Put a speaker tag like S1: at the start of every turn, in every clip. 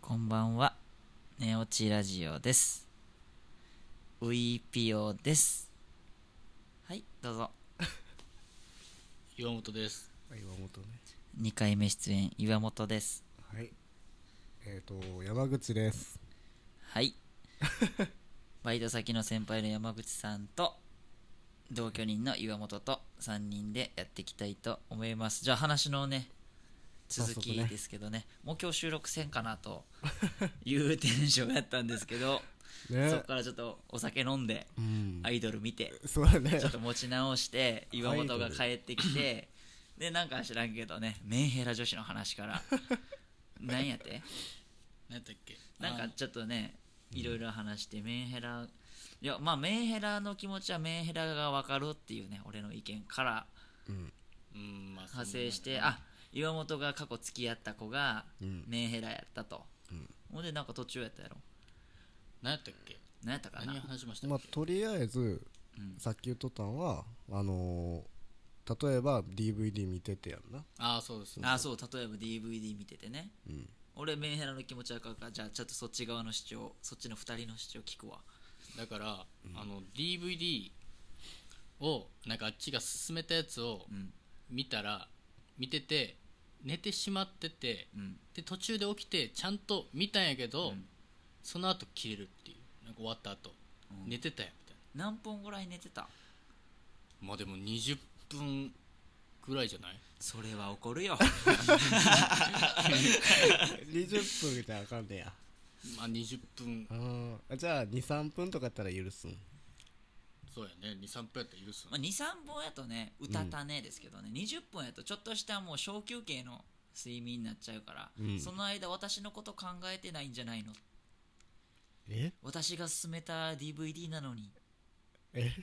S1: こんばんは。ネオチラジオです。ウィーピオです。はい、どうぞ。
S2: 岩本です
S3: 岩本ね
S1: 2回目出演、岩本です。
S3: はいえっ、と山口です
S1: はい。バイト先の先輩の山口さんと、同居人の岩本と3人でやっていきたいと思います。じゃあ話のね、続き
S3: 早速ね
S1: ですけどね、もう今日収録せんかなというテンションやったんですけど、そ
S3: ね
S1: こからちょっとお酒飲んで、
S3: うん
S1: アイドル見て、
S3: そうだね
S1: ちょっと持ち直 して、岩本が帰ってきて、で、なんか知らんけどね、メンヘラ女子の話 から、なんやって
S2: 何やったっけ
S1: なんかちょっとね、いろいろ話して、メンヘラ、いや、まあ、メンヘラの気持ちはメンヘラが分かるっていうね、俺の意見から
S3: うん
S2: あーうんまあ
S1: 派生して、
S2: そう
S1: あ岩本が過去付き合った子が
S3: うん
S1: メンヘラやったと。
S3: うん
S1: ほんで、なんか途中やったやろ。
S2: 何やったっけ
S1: なんやったか
S2: 何を
S1: な。
S2: 話しました
S3: ま
S2: っ
S3: あ
S2: け、
S3: とりあえず、
S1: うん
S3: さっき言っとったんはあのー例えば DVD 見ててや んな
S2: ああそうですね
S1: あ、そう、例えば DVD 見ててね。
S3: うん
S1: 俺メンヘラの気持ちわかるからじゃあちょっとそっち側の主張そっちの2人の主張聞くわ
S2: だから、あの DVD をなんかあっちが勧めたやつを
S1: うん
S2: 見たら見てて寝てしまってて
S1: うん
S2: で途中で起きてちゃんと見たんやけど、
S1: うん
S2: その後切れるっていうなんか終わった後、
S1: うん
S2: 寝てたよみたい
S1: 何分ぐらい寝てた
S2: なまあでも20分ぐらいじゃない
S1: それは怒るよ
S3: 20分じゃあかんねや
S2: まあ20分
S3: あじゃあ23分とかやったら許すん
S2: そうやね23分やったら許す の
S1: まあ23本やとねうたたねですけどね、20分やとちょっとしたもう小休憩の睡眠になっちゃうから、
S3: うん
S1: その間私のこと考えてないんじゃないの
S3: え
S1: 私が勧めた DVD なのに
S3: え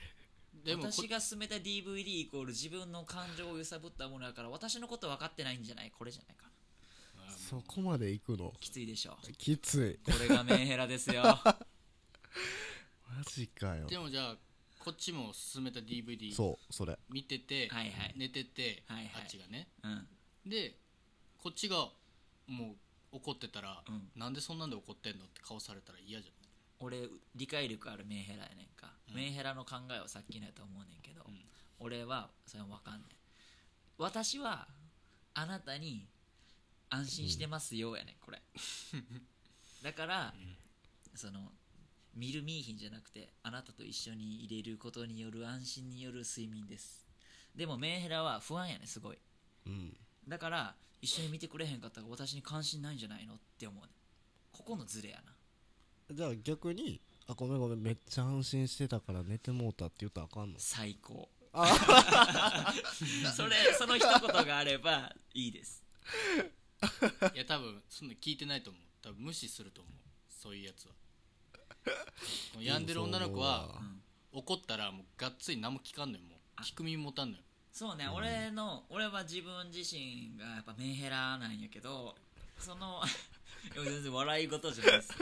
S2: でもこ
S1: 私が勧めた DVD イコール自分の感情を揺さぶったものだから私のこと分かってないんじゃないこれじゃないかな
S2: あー
S3: そこまで行くの
S1: きついでしょ
S3: きつい
S1: これがメンヘラですよ
S3: マジかよ
S2: でもじゃあこっちも勧めた DVD
S3: そうそれ
S2: 見てて、
S1: はいはい
S2: 寝てて、
S1: はいはい
S2: あっちがね
S1: うん
S2: でこっちがもう怒ってたら、
S1: うん
S2: なんでそんなんで怒ってんのって顔されたら嫌じ
S1: 俺理解力あるメンヘラやねんか、
S2: うん
S1: メンヘラの考えはさっきのやと思うねんけど、
S2: うん
S1: 俺はそれは分かんねん私はあなたに安心してますよやねんこれだから、その見るミーヒンじゃなくてあなたと一緒に入れることによる安心による睡眠ですでもメンヘラは不安やねんすごい
S3: うん
S1: だから一緒に見てくれへんかったら私に関心ないんじゃないのって思うねんここのズレやな
S3: じゃあ逆にあごめんごめんめっちゃ安心してたから寝てもうたって言ったらあかんの
S1: 最高
S3: あ
S1: それその一言があればいいです
S2: ゃんいや多分そんな聞いてないと思う多分無視すると思うそういうやつはこの病んでる女の子は
S1: うん
S2: 怒ったらもうがっつり何も聞かんのよもう聞く耳持たんのよ
S1: そうね、俺の俺は自分自身がやっぱメンヘラなんやけどその いや全然笑い事じゃないです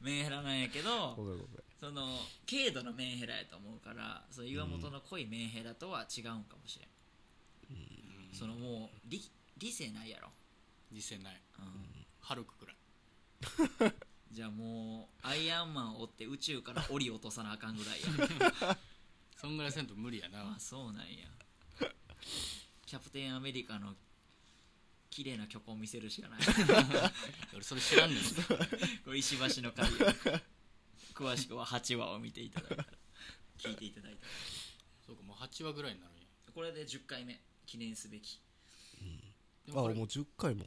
S1: メンヘラなんやけ
S3: ご
S1: ど
S3: めんごめん
S1: その軽度のメンヘラやと思うからその岩本の濃いメンヘラとは違うんかもしれん、
S2: うん
S1: そのもう理理性ないやろ、
S2: 理性ない
S1: うん
S2: ハルクくらい
S1: じゃあもうアイアンマンを追って宇宙から降り落とさなあかんぐらいや
S2: そんぐらいせんと無理や
S1: あ
S2: な
S1: そうなんやキャプテンアメリカの綺麗な曲を見せるしかない
S2: 俺それ知ら んねん
S1: これ石橋の回を詳しくは8話を見ていただいたら聞いていただいたら
S2: そうかもう8話ぐらいになるんや
S1: これで10回目記念すべき
S2: で
S3: あ
S2: も
S3: も
S2: こ
S3: う
S2: れ
S3: 10回も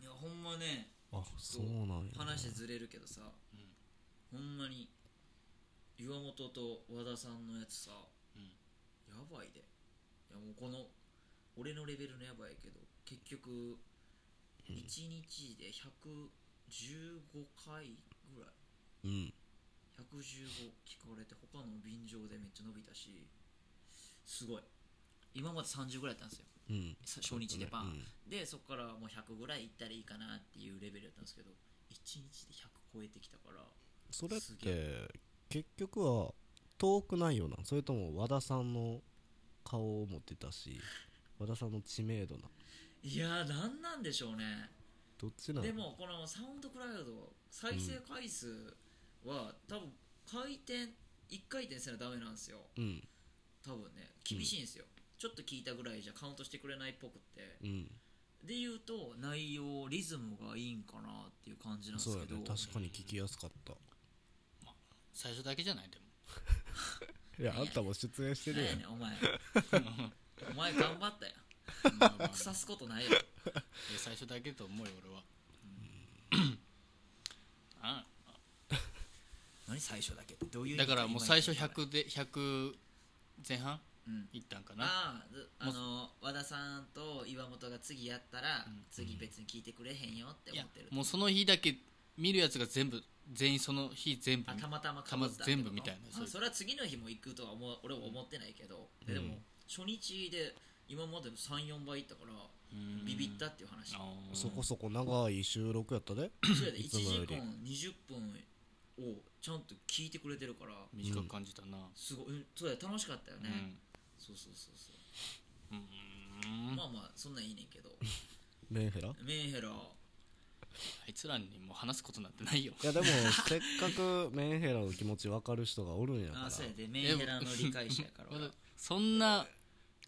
S1: いやほんまね
S3: あそうなんや
S1: 話ずれるけどさ、ほんまに岩本と和田さんのやつさ
S2: うん
S1: やばいでいやもうこの俺のレベルのやばいけど結局1日で115回ぐらい
S3: うん
S1: 115聞かれて他の便乗でめっちゃ伸びたしすごい今まで30ぐらいやったんですよ
S3: うん
S1: さ初日でパン、
S3: うん
S1: でそこからもう100ぐらいいったらいいかなっていうレベルやったんですけど1日で100超えてきたから
S3: それっ
S1: すげ
S3: て結局は遠くないようなそれとも和田さんの顔を持ってたし和田さんの知名度ない
S1: やー何なんでしょうね
S3: どっちなの
S1: でもこのサウンドクラウド再生回数は、多分回転1回転せなダメなんですよ
S3: うん
S1: 多分ね厳しいんですよ、ちょっと聞いたぐらいじゃカウントしてくれないっぽくって
S3: うん
S1: で言うと内容リズムがいいんかなっていう感じなんで
S3: そう
S1: す
S3: や
S1: け
S3: ね
S1: ど、
S3: 確かに聞きやすかった
S2: 最初だけじゃないでも
S3: いやあんたも出演してるや
S1: なん
S3: ん
S1: やねんお前お 前頑張ったよ
S2: まあまあ
S1: 腐すことないよ
S2: いや最初だけと思うよ俺はあ
S1: 何最初だけどういう意
S2: だ
S1: 味
S2: からもう最初
S1: 今言ったの
S2: 100で100前半
S1: うん
S2: いったんかな
S1: ああずあの和田さんと岩本が次やったら、次別に聞いてくれへんよって
S2: い
S1: 思
S2: や
S1: ってる
S2: もうその日だけ見るやつが全部全員その日全部
S1: あたまたま被った
S2: たま全部みたいな
S1: あ
S2: そういう
S1: それは次の日も行くとは思う俺は思ってないけど、ででも初日で今までの34倍いったから
S2: うん
S1: ビビったっていう話
S2: あー
S3: そこそこ長い収録やったで
S1: そうやで1
S3: いつ
S1: 時
S3: もより
S1: 間20分をちゃんと聞いてくれてるから
S2: 短く感じたな
S1: すごいうんそうや楽しかったよ
S2: う
S1: ね、
S2: ん
S1: そうそうそうそう
S2: うん
S1: まあまあそんなんいいねんけど
S3: メンヘラい
S1: メンヘラ
S2: あいつらにもう話すことなんてないよ
S3: やでもせっかくメンヘラの気持ち分かる人がおるんやから
S1: あそうやでメンヘラの理解者や から俺はい
S2: そんな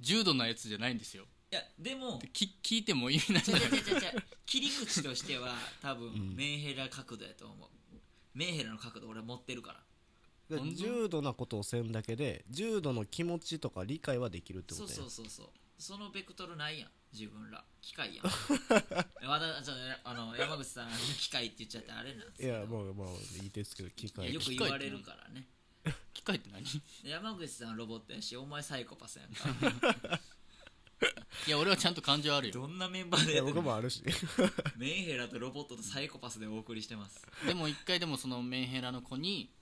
S2: 重度なやつじゃないんですよ
S1: やでも
S2: でき聞いても 意味ない
S1: 違う違う違う違う切り口として は多分メンヘラ角度やと思う、メンヘラの角度俺持ってるから
S3: で重度なことをせんだけで重度の気持ちとか理解はできるって
S1: そ
S3: こと
S1: う
S3: や
S1: そうそうそうそのベクトルないやん自分ら機械 やん和田ちょあの山口さん機械って言っちゃってあれなんですけ
S3: い
S1: ど
S3: やまあまあいいですけど機
S1: い
S3: 械
S1: やよく言われるからね
S2: 機械って何
S1: 山口さんロボットやしお前サイコパスやんか
S2: いや俺はちゃんと感情あるよ
S1: どんなメンバーで
S3: い
S1: や
S3: や
S1: ってん
S3: 僕
S1: の
S3: もあ るし
S1: メンヘラとロボットとサイコパスでお送りしてます
S2: でも一回でもそのメンヘラの子に、
S3: うん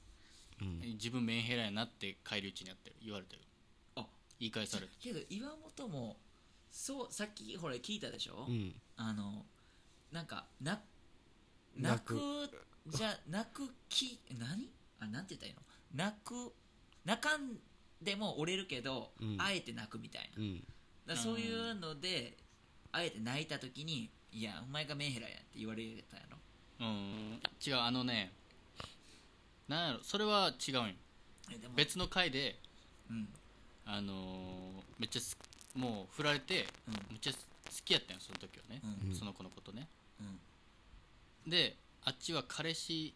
S2: 自分メンヘラやなって返り討ちにあってる言われてる
S1: あ
S2: 言い返されて
S1: けど岩本もそうさっきほら聞いたでしょ、
S3: うん
S1: あのなんかな泣
S3: 泣
S1: く
S3: く
S1: じゃ泣く気何あなんて言ったらいいの泣く泣かんでも折れるけど、
S3: うん
S1: あえて泣くみたいな
S3: うん
S1: だからそういうのであえて泣いた時に「いやお前がメンヘラや」って言われたやろ
S2: うん違うあのねなんやろそれは違うんよ
S1: えでも、
S2: 別の回で
S1: うん
S2: あのーめっちゃすもう振られて
S1: うん
S2: めっちゃ好きやったんよその時はね
S1: う、ん
S2: その子のことね
S1: うん
S2: であっちは彼氏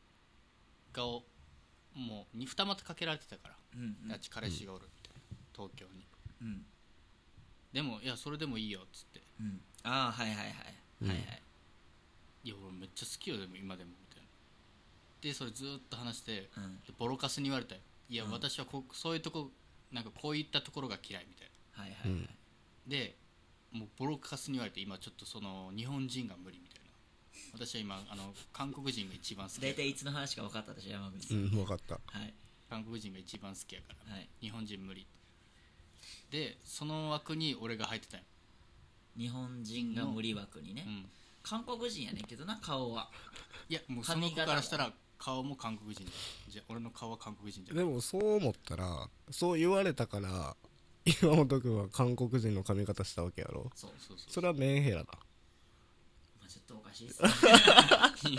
S2: がおもうに二股かけられてたから、
S1: うん
S2: あっち彼氏がおるみたいな東京に
S1: うん
S2: でもいやそれでもいいよっつって
S1: うんああはいはいはい、
S3: うん
S1: はいはい
S2: いや俺めっちゃ好きよでも今でもみたいなでそれずーっと話してで
S1: うん
S2: ボロカスに言われたよいや、
S1: うん
S2: 私はこうそういうとこなんかこういったところが嫌いみたい
S1: はいはいはい
S2: なでもうボロカスに言われて今ちょっとその日本人が無理みたいな私は今あの韓国人が一番好き
S1: 大
S2: や
S1: 体いつの話か分かったでしょ山口
S3: う
S1: さん、
S3: ん分かった
S1: はい
S2: 韓国人が一番好きやから
S1: はい
S2: 日本人無理でその枠に俺が入ってたよ、
S1: 日本人が無理枠にね、
S2: うん、
S1: 韓国人やねんけどな顔はい
S2: やもうその子からしたら顔も韓国人だじゃあ俺の顔は韓国人じゃない
S3: でもそう思ったらそう言われたから岩本君は韓国人の髪型したわけやろ
S1: そうそうそう、
S3: それはメンヘラだ
S1: まあ、ちょっとおかしいっすね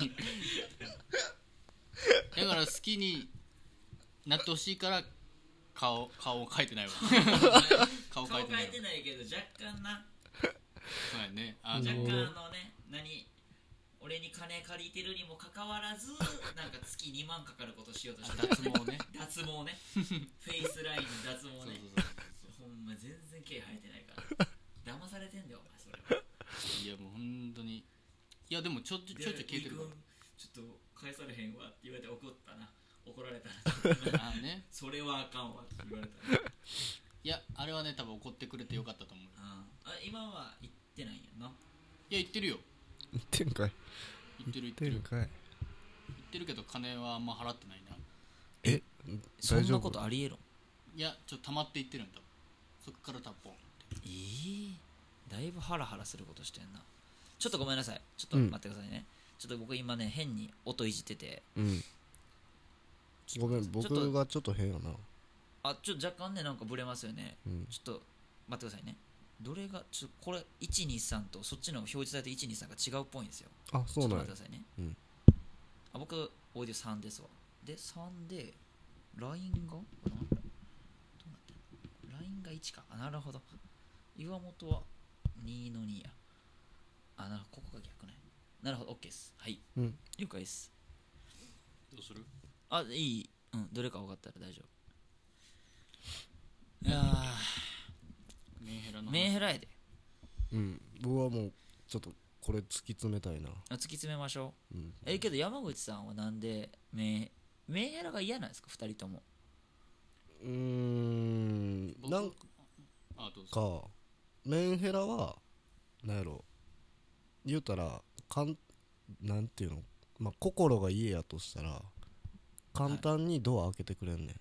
S2: だから好きになってほしいから顔顔を描いてないわ顔
S1: 顔
S2: 描
S1: 変
S2: いてな
S1: え
S2: い
S1: てないけ
S2: わ
S1: ど若干な
S2: そうやねあ
S1: 若
S2: の
S1: 干あのね何俺に金借りてるにもかかわらず なんか月2万かかることしようとして
S2: 脱毛ね
S1: 脱毛 ねフェイスラインの脱毛
S2: そうそう
S1: ね
S2: そ
S1: ほんま全然毛生えてないから 騙されてんだよお前それは
S2: ういやもう本当にいやでもちょちょちょいちょい聞いてるか
S1: でちょっと返されへんわって言われて怒ったな怒られたな
S2: らあのね
S1: それはあかんわって言われたな
S2: いやあれはね多分怒ってくれてよかったと思うよ
S1: ああ今は行ってないんやない
S2: や言ってるよ
S3: 言ってんかい
S2: 言ってる言って
S3: 言
S2: る
S3: ってん
S2: 言
S3: かい
S2: ってるけど金はあんま払ってないな
S3: え
S1: そ
S3: 大
S1: ん
S3: 丈
S1: な
S3: 夫
S1: ことありえろ
S2: いやちょっと溜まっていってるんだそっからタッポン
S1: ええだいぶハラハラすることしてんなちょっとごめんなさいちょっと待ってくださいね、ちょっと僕今ね変に音いじってて
S3: うんごめん
S1: ちょっと
S3: 僕がちょっと変やな
S1: あちょっと若干ねなんかブレますよね
S3: うん
S1: ちょっと待ってくださいねどれがちょっとこれ123とそっちの表示されて123が違うっぽいんですよ
S3: あそうな
S1: ち
S3: ん
S1: ょっと待って
S3: や
S1: くださいね、
S3: うん
S1: あ僕オーディオ3ですわで3で LINE がどうなってんの LINE が1かあなるほど岩本は2の2やあなるほどここが逆ねなるほど OK ですはい
S3: うん
S1: 了解です
S2: どうする
S1: あいいうんどれか分かったら大丈夫いやー
S2: メンヘラの話
S1: メンヘラやで
S3: うん僕はもうちょっとこれ突き詰めたいな
S1: あ突き詰めましょう
S3: うん
S1: えけど山口さんはなんでメンメンヘラが嫌なんですか2人とも
S3: うーん
S2: 僕
S3: なん
S2: あどうぞ
S3: かメンヘラはなんやろ言うたらかんなんていうの、まあ、心が家やとしたら簡単にドア開けてくれんねん、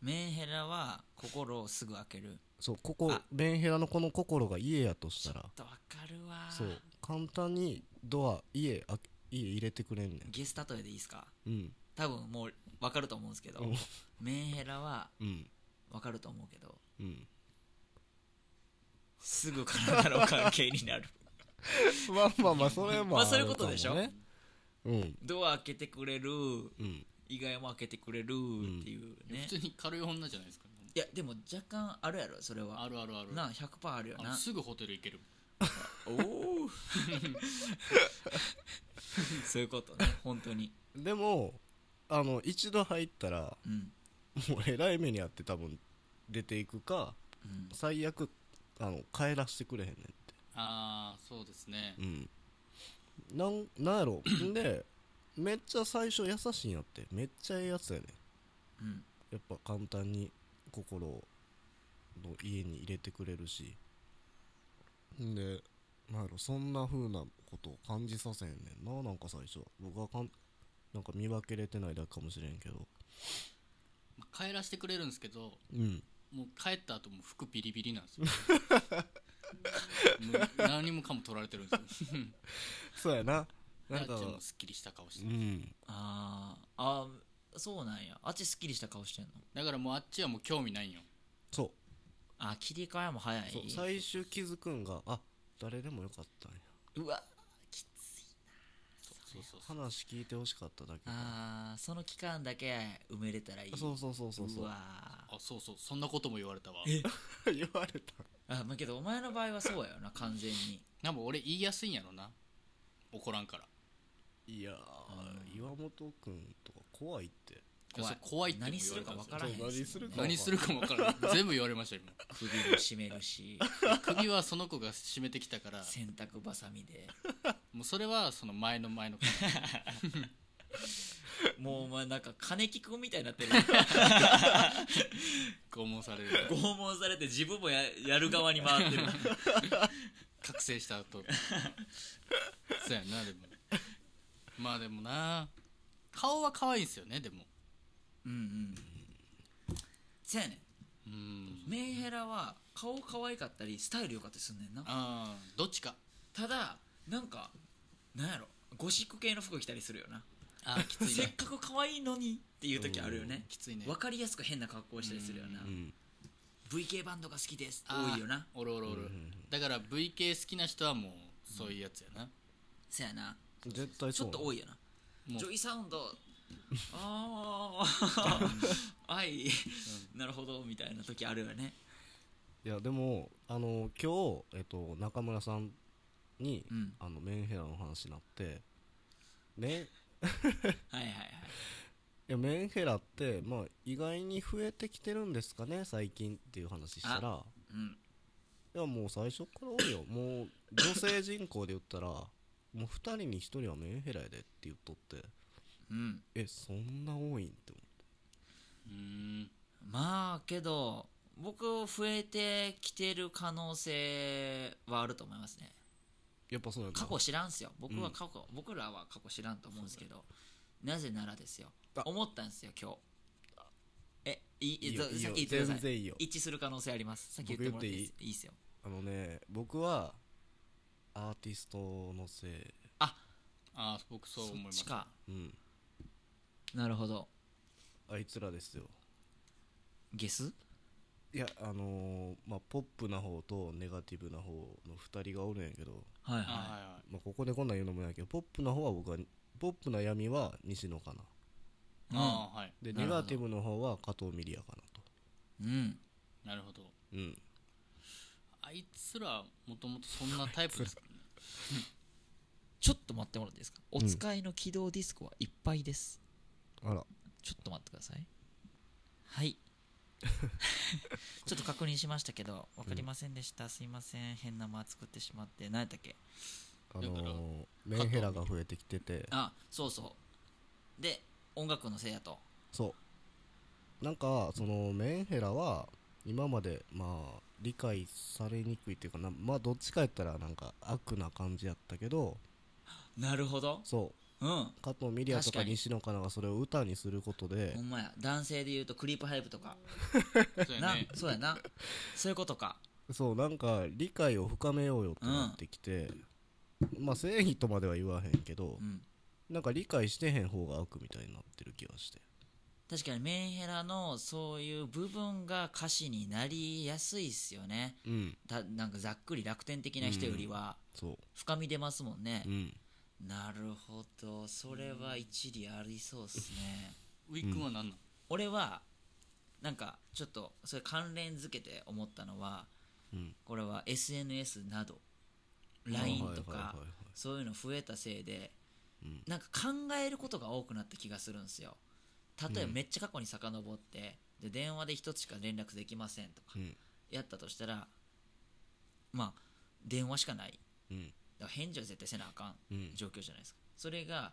S1: メンヘラは心をすぐ開ける
S3: そうここ
S1: あ
S3: メンヘラのこの心が家やとしたら
S1: とわかるわ
S3: そう簡単にドア家あ家入れてくれんね
S1: ゲス例えでいいですか
S3: んうん
S1: 多分もうわかると思うんですけど
S3: うん
S1: メンヘラは
S3: うん
S1: わかると思うけど
S3: うん
S1: すぐ体の関係に なる
S3: まあまあまあそれも
S1: まあ
S3: る
S1: そういうことでしょ
S3: かもねうん
S1: ドア開けてくれる
S3: うん
S1: 意外も開けてくれるっていう
S2: いや
S1: ね
S2: 普、通に軽い女じゃないですか
S1: いやでも若干あるやろそれ
S2: あ
S1: は
S2: るあるある
S1: な100%あるよ
S2: あの
S1: な
S2: すぐホテル行ける
S1: お おそういうことね本当に
S3: でもあの一度入ったら
S1: うん
S3: もうえらい目にあって多分出ていくか
S1: うん
S3: 最悪あの帰らせてくれへんねんって
S2: ああそうですね
S3: うんなんなんやろでめっちゃ最初優しいんやってめっちゃええやつやねん
S1: うん
S3: やっぱ簡単に心をの家に入れてくれるしんでなんやろそんな風なことを感じさせへんねんななんか最初は僕はかんなんか見分けれてないだけかもしれんけど
S2: まあ帰らせてくれるんですけど
S3: うん
S2: もう帰った後も服ビリビリなんですよもう何もかも取られてるんですよ
S3: そうやな
S2: あ
S3: な
S2: っ
S3: ん
S2: ち
S3: か
S2: もすっきりした顔し
S3: う
S2: て
S3: ん
S1: あーあーそうなんやあっちすっきりした顔してんの
S2: だからもうあっちはもう興味ないんよ
S3: そ
S1: あ切り替えも早
S3: う
S1: い
S3: そう最終気づくんがあ誰でもよかったんや
S1: うわきつい
S2: そうそうそう
S3: 話聞いてほしかっただけか
S1: あーその期間だけ埋めれたらいい
S3: そうそうそうそうそうう
S1: わ
S2: あそうそうそんなことも言われたわ
S3: 言われた
S1: ーあまあけどお前の場合はそうやよな完全に
S2: なんか俺言いやすいんやろな怒らんから
S3: いやー岩本くんとか怖いって
S1: 怖い
S2: やそう怖いっても
S1: 何するか分からへん
S3: そう何するか
S2: 何するかも分からない全部言われましたよ
S1: 首も絞めるし
S2: 今首はその子が締めてきたから
S1: 洗濯ばさみで
S2: もうそれはその前の前の子
S1: もうお前なんか金木くんみたいになってる
S2: 拷問される
S1: 拷問されて自分もややる側に回 ってる
S2: 覚醒した 後そうやなでもまあでもな顔は可愛いんすよねでも
S1: うんうんせやねん
S2: うん
S1: メンヘラは顔可愛かったりスタイル良かったりすんねんな
S2: あーどっちか
S1: ただなんかなんやろゴシック系の服着たりするよな
S2: あーきつい
S1: せっ
S2: ね
S1: かく可愛いのにっていう時あるよね
S2: きついね
S1: 分かりやすく変な格好したりするよな
S2: う
S3: うん
S1: VK バンドが好きです
S2: あー
S1: 多いよな
S2: おるおるおる、だから VK 好きな人はもうそういうやつやな、
S1: せやな
S3: 絶対
S1: ち
S3: そ
S1: ょ
S3: う
S1: っと
S3: なの
S1: 多いよな
S2: もう
S1: ジョイサウンドああ 愛なるほどみたいな時あるよね
S3: いやでもあの今日、えっと、中村さんに、
S1: うん
S3: あのメンヘラの話になってね
S1: はいはいはい
S3: いやメンヘラって、まあ、意外に増えてきてるんですかね最近っていう話したら
S1: うん
S3: いやもう最初から多いよもう女性人口で言ったらもう2人に1人はメンヘラやでって言っとって
S1: うん
S3: えそんな多いんって思
S2: うーん
S1: まあけど僕増えてきてる可能性はあると思いますね
S3: うやっぱそうやな
S1: 過去知らんすよ僕は過去、僕らは過去知らんと思うんですけどなぜならですよ
S3: あ
S1: 思ったんですよ今日えいい
S3: いいよ
S1: ぞ
S3: いいよ
S1: さっき言ってくださ
S3: 全
S1: い
S3: 然いいよ
S1: 一致する可能性ありますさっき言ってもらっていいで
S3: 僕言っ
S1: すいいっすよ
S3: あのね僕はアーティストのせい
S2: あー僕そう思い
S1: そ
S2: ま
S1: っ
S2: す
S1: ちか
S3: うん
S1: なるほど
S3: あいつらですよ
S1: ゲス
S3: いやあのーまあ、ポップな方とネガティブな方の2人がおるんやけど、
S1: はい
S2: あ
S1: は
S2: はいは
S3: まあ、ここでこんなん言うのもないけどポップな方は僕はポップな闇は西野かない
S1: い
S2: ああはい
S3: で
S2: な
S3: ネ
S2: るほど
S3: ガティブの方は加藤ミリアかなと
S1: うん、うん、
S2: なるほど
S3: うん
S2: あいつらもともとそんなタイプですからね
S1: ちょっと待ってもらっていいですかお使いの起動ディスコはいっぱいです、
S3: あら
S1: ちょっと待ってくださいはい ちょっと確認しましたけど分かりませんでした、すいません変な間作ってしまって何やったっけ
S3: あ
S2: だから
S3: のーメンヘラが増えてきてて
S1: あそうそうで音楽のせいやと
S3: そうなんかそのメンヘラは今までまあ理解されにくいっていうかなまあどっちかやったらなんか悪な感じやったけど
S1: なるほど
S3: そ
S1: うんほ
S3: う加藤ミリアと
S1: 確か
S3: か
S1: に
S3: 西野カナがそれを歌にすることで
S1: んまや男性で言うとクリープハイプとか
S2: そうや
S1: な
S2: ね
S1: そうやなそういうことか
S3: そうなんか理解を深めようよってなってきて、まあ正義とまでは言わへんけど
S1: う、ん
S3: なんか理解してへん方が悪みたいになってる気がして
S1: 確かにメンヘラのそういう部分が歌詞になりやすいっすよね
S3: うん
S1: たなんかざっくり楽天的な人よりは
S3: そ
S1: 深み出ますもんね
S3: う、う、ん、
S1: なるほどそれは一理ありそうっすね
S2: ウィ君は何なの
S1: 俺はなんかちょっとそれ関連づけて思ったのは、
S3: うん
S1: これは SNS など LINE と
S3: はいは
S1: か
S3: いはいはい
S1: そういうの増えたせいで、
S3: うん
S1: なんか考えることが多くなった気がするんですよ例えばめっちゃ過去に遡って、で電話で一つしか連絡できませんとか、
S3: うん
S1: やったとしたらまあ電話しかないだ
S3: うん
S1: から返事は絶対せなあかん
S3: うん
S1: 状況じゃないですかそれが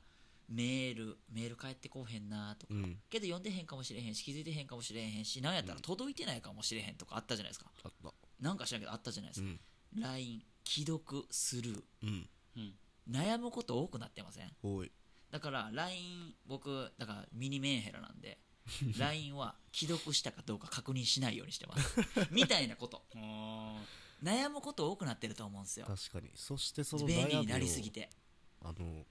S1: メールメール返ってこうへんなとか、
S3: うん
S1: けど読んでへんかもしれへんし気づいてへんかもしれへんしなんやったら届いてないかもしれへんとかあったじゃないですか、
S3: あった
S1: なんか知らんけどあったじゃないです
S3: う
S1: か、
S3: ん
S1: LINE 既読スルー
S3: うん
S2: うん
S1: 悩むこと多くなってません
S3: おい
S1: だから LINE 僕だからミニメンヘラなん で LINE は既読したかどうか確認しないようにしてますみたいなこと
S2: ああ
S1: 悩むこと多くなってると思うんですよ
S3: 確かにそしてその
S1: 便利
S3: 悩
S1: に
S3: みを
S1: なりすぎて
S3: あの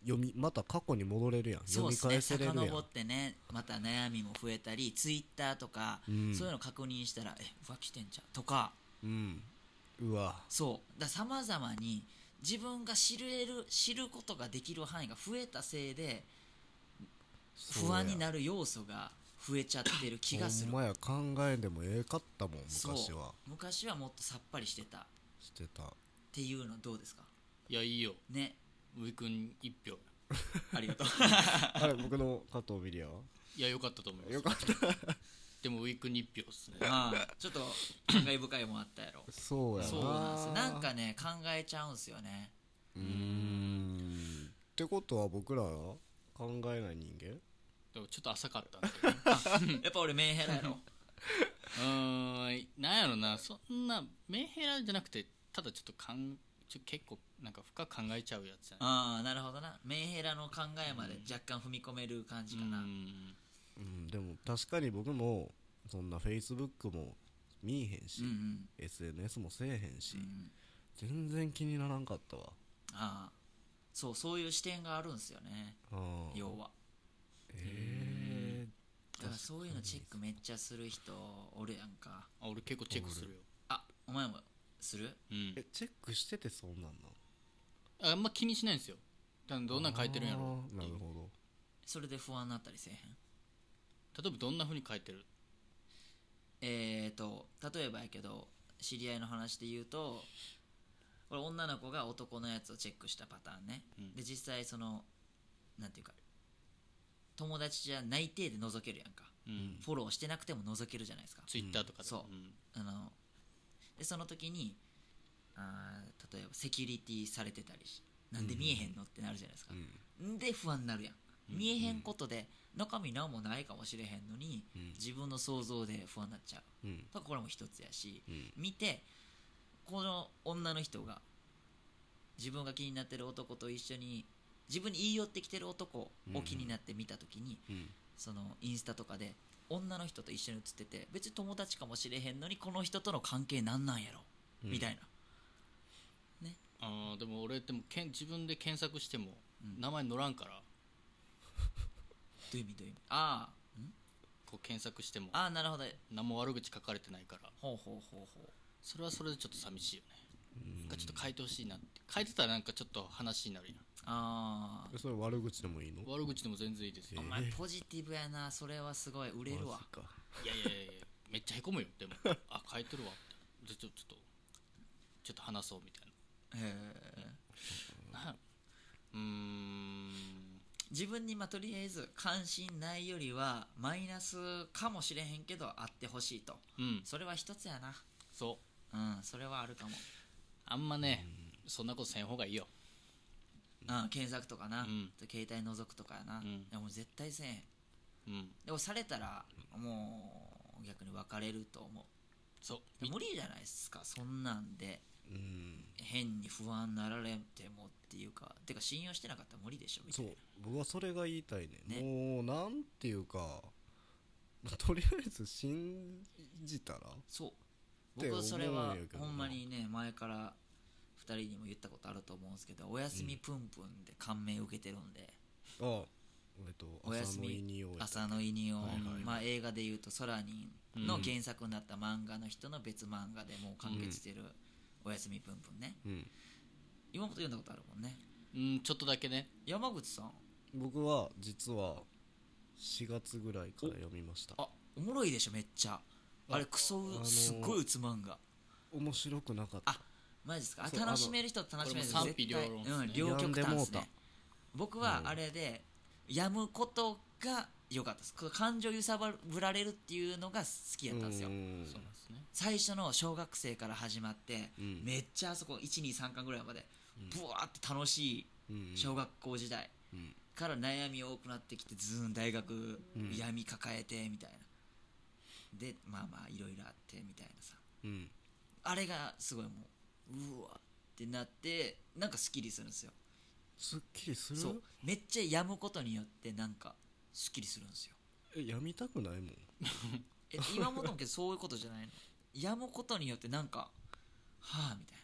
S3: 読みまた過去に戻れるやん
S1: そう
S3: 読
S1: で
S3: み
S1: すね
S3: 返せれるやん
S1: 遡ってねまた悩みも増えたりツイッターとか、
S3: うん
S1: そういうの確認したらえ浮気してんじゃんとか
S3: うんうわ
S1: そうださまざまに自分が知れる知ることができる範囲が増えたせいで不安に
S3: る
S1: なる要素が増えちゃってる気がする
S3: ほんまや考えんでもええかったもん
S1: そう
S3: 昔は
S1: 昔はもっとさっぱりしてたっ
S3: してた
S1: ていうのどうですか
S2: いやいいよ
S1: ね
S2: ウィ君一票
S1: ありが とう
S3: あれ僕の加藤ミリアはい
S2: や良かったと思います
S3: よかった
S2: でもウィ君一票っすね
S1: ああちょっと感慨深いもんあったやろ
S3: そうやな
S1: そうなんですよなんかね考えちゃうんすよね
S3: うーんってことは僕らは考えない人間
S2: でもちょっと浅かったんですけどね
S1: やっぱ俺メンヘラやろ
S2: うーんなんやろなそんなメンヘラじゃなくてただちょっとかんちょ結構なんか深く考えちゃうやつやね
S1: ああなるほどなメンヘラの考えまで若干踏み込める感じかな、
S2: うん
S3: うんでも確かに僕もそんな Facebook も見えへんし、
S1: うんうん
S3: SNS もせえへんし、
S1: うん
S3: 全然気にならんかったわ
S1: ああそうそういう視点があるんですよね
S3: うん
S1: 要は
S3: え
S1: だからそういうのチェックめっちゃする人おるやんか
S2: あ俺結構チェックするよ、
S1: あお前もする
S2: うん
S3: ー、えチェックしててそうなんの
S2: ああんま気にしないんですよだからどんなん書いてるんやろ
S3: あーなるほど
S1: それで不安になったりせえへん
S2: 例えばどんな風に書いてる
S1: えーと例えばやけど知り合いの話で言うとこれ女の子が男のやつをチェックしたパターンね、
S2: うん
S1: で実際そのなんていうか友達じゃない体で覗けるやんか
S2: うん
S1: フォローしてなくても覗けるじゃないですか
S2: ツイッターとかで
S1: そうあのでその時にあー例えばセキュリティされてたりしなんで見えへんのってなるじゃないですか
S3: う、ん
S1: んで不安になるやん、
S2: うん
S1: 見えへんことで中身何もないかもしれへんのに、
S3: うん
S1: 自分の想像で不安になっちゃう
S3: うん
S1: だからこれも一つやし
S3: うん
S1: 見てこの女の人が自分が気になってる男と一緒に自分に言い寄ってきてる男を気になって見た時に、
S3: うん
S1: そのインスタとかで女の人と一緒に写ってて別に友達かもしれへんのにこの人との関係なんなんやろ、
S3: うん
S1: みたいな
S2: あーでも俺でもけん自分で検索しても
S1: うん
S2: 名前載らんから、
S1: どういう意味どういう意味ああん
S2: こう検索しても
S1: ああなるほど
S2: 何も悪口書かれてないから
S1: ほうほうほうほ
S2: それはそれでちょっと寂しいよねなんかちょっと変えてほしいなって変えてたらなんかちょっと話になるやん
S1: うあ
S3: えそれ悪口でもいいの
S2: 悪口でも全然いいですよ
S1: あお前ポジティブやなそれはすごい売れるわ
S3: マジか
S2: いやいやいやいやめっちゃへこむよでもあ変えてるわってちょちょっとちょっと話そうみたい
S1: へえ
S2: ななんやろうーん
S1: 自分にまあとりあえず関心ないよりはマイナスかもしれへんけどあってほしいと
S2: うん
S1: それは一つやな
S2: そう
S1: うんそれはあるかも
S2: あんまねそんなことせん方がいいよ
S1: うん検索とかな、
S2: うん
S1: 携帯覗くとかやな、
S2: うん
S1: でも絶対せえへん
S2: うん
S1: でもされたらもう逆に別れると思
S2: そう
S1: うで無理じゃないですかそんなんで
S3: うん
S1: 変に不安になられてもっていうかてか信用してなかったら無理でしょみた
S3: そ
S1: いうな
S3: 僕はそれが言いたいね
S1: ね
S3: もうなんていうかとりあえず信じたら
S1: そう
S3: って
S1: 僕それは
S3: 思うんやけど
S1: ほ
S3: なん
S1: まにね前から2人にも言ったことあると思うんですけど「おやすみぷんぷん」で感銘受けてるんで
S3: あえっと
S1: おやす
S3: 朝の
S1: み
S3: 胃におい
S1: 「朝の胃におい
S3: はいはいはい
S1: まあ映画でいうと「空に」の原作になった漫画の人の別漫画でもう完結してる「おやすみぷんぷん」ね
S3: うん
S1: 今本読んだことあるもんね
S2: うんちょっとだけね
S1: 山口さん
S3: 僕は実は4月ぐらいから読みました
S1: あおもろいでしょめっちゃあれクソ
S3: あのー
S1: うすっごいうつ漫画
S3: 面白くなかった
S1: あマジですかあ
S3: そう
S1: 楽しめる人は楽しめる
S2: これも賛否両論っ
S1: 絶
S2: す
S1: 対
S2: ね
S1: うん両極端です
S3: 病んでもう
S1: ね
S3: た
S1: 僕は
S3: うん
S1: あれでやむことが良かったですこの感情揺さぶられるっていうのが好きやったんですよ
S3: うん
S2: そうなんですね
S1: 最初の小学生から始まって、
S3: うん
S1: めっちゃあそこ123巻ぐらいまでブワーって楽し
S3: うん
S1: い小学校時代
S3: うん
S1: から悩み多くなってきてずーん大学
S3: うん
S1: 闇抱えてみたいなでまあまあいろいろあってみたいなさ
S3: うん
S1: あれがすごいもううわってなってなんかスッキリするんですよ
S3: すっきりする
S1: そうめっちゃやむことによってなんかスッキリするんですよ
S3: えやみたくないもん
S1: え今もともけどそういうことじゃないのやむことによってなんかはあみたい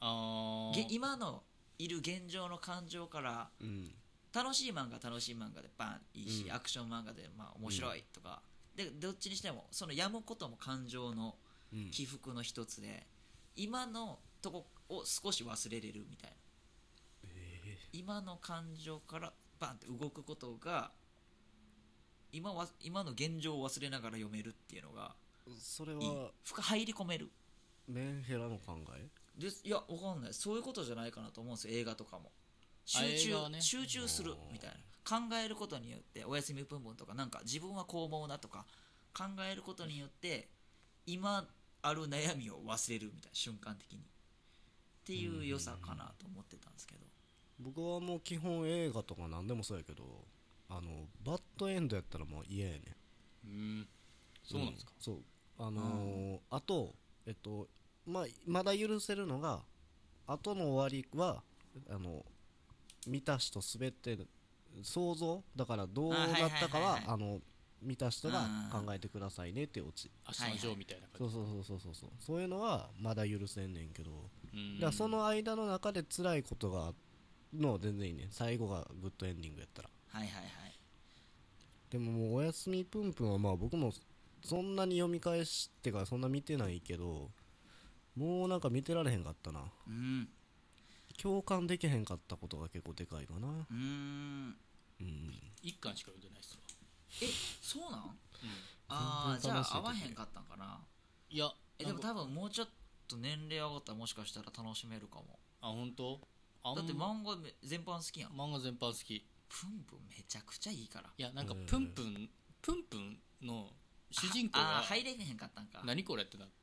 S2: あ
S1: な
S2: ー
S1: げ今のいる現状の感情から
S3: うん
S1: 楽しい漫画は楽しい漫画でバンいいし、
S3: うん
S1: アクション漫画でまあ面白いとか、でどっちにしてもそのやむことも感情の
S3: うん
S1: 起伏の一つで今のとこを少し忘れれるみたいな
S3: え
S1: 今の感情からバンって動くことが今は今の現状を忘れながら読めるっていうのが
S3: ーそれ
S1: いい
S3: は
S1: 深入り込める
S3: メンヘラの考え
S1: ですいやわかんないそういうことじゃないかなと思うんですよ映画とかも集
S2: 映画
S1: 中、
S2: はね
S1: 集中するみたいな考えることによっておやすみぷんぷんとかなんか自分はこう思うなとか考えることによって今ある悩みを忘れるみたいな瞬間的にっていう良さかなと思ってたんですけど
S3: 僕はもう基本映画とか何でもそうやけどあのバッドエンドやったらもう嫌やね
S2: う
S3: ん
S2: んそうなんですか、
S3: そうあのーあとえっとまあまだ許せるのが後の終わりはあの見た人全て想像だからどうなったか
S1: あはいはいはいは
S3: はいあの見た人が考えてくださいねってオチ
S2: 明日のジョーみたいな
S3: そ
S2: 感
S3: うそうそうそうそうそうそういうのはまだ許せんねんけど
S2: じ、うん
S3: だからその間の中で辛いことがあのは全然いいねん最後がグッドエンディングやったら
S1: はいはいはい
S3: でももう「おやすみぷんぷん」はまあ僕もそんなに読み返してからそんな見てないけどもうなんか見てられへんかったな
S1: うん
S3: 共感できへんかったことが結構でかいかな
S1: うーん
S3: うん
S2: 一巻しか読んでないっすわ、
S1: えそうなん
S2: うん
S1: ああじ
S3: 全然
S1: ゃ
S3: 楽しい
S1: あ合
S3: とこ
S1: わへんかったんかない
S2: や
S1: えでも多分もうちょっと年齢上がったらもしかしたら楽しめるかも
S2: あ本当あん
S1: だって漫画め全般好きやん
S2: 漫画全般好きい
S1: プンプンめちゃくちゃいいから
S2: やなんか
S3: うん
S2: プンプンプンプンの主人公
S1: ああー
S2: が
S1: 入れへんかったんか
S2: 何これってなって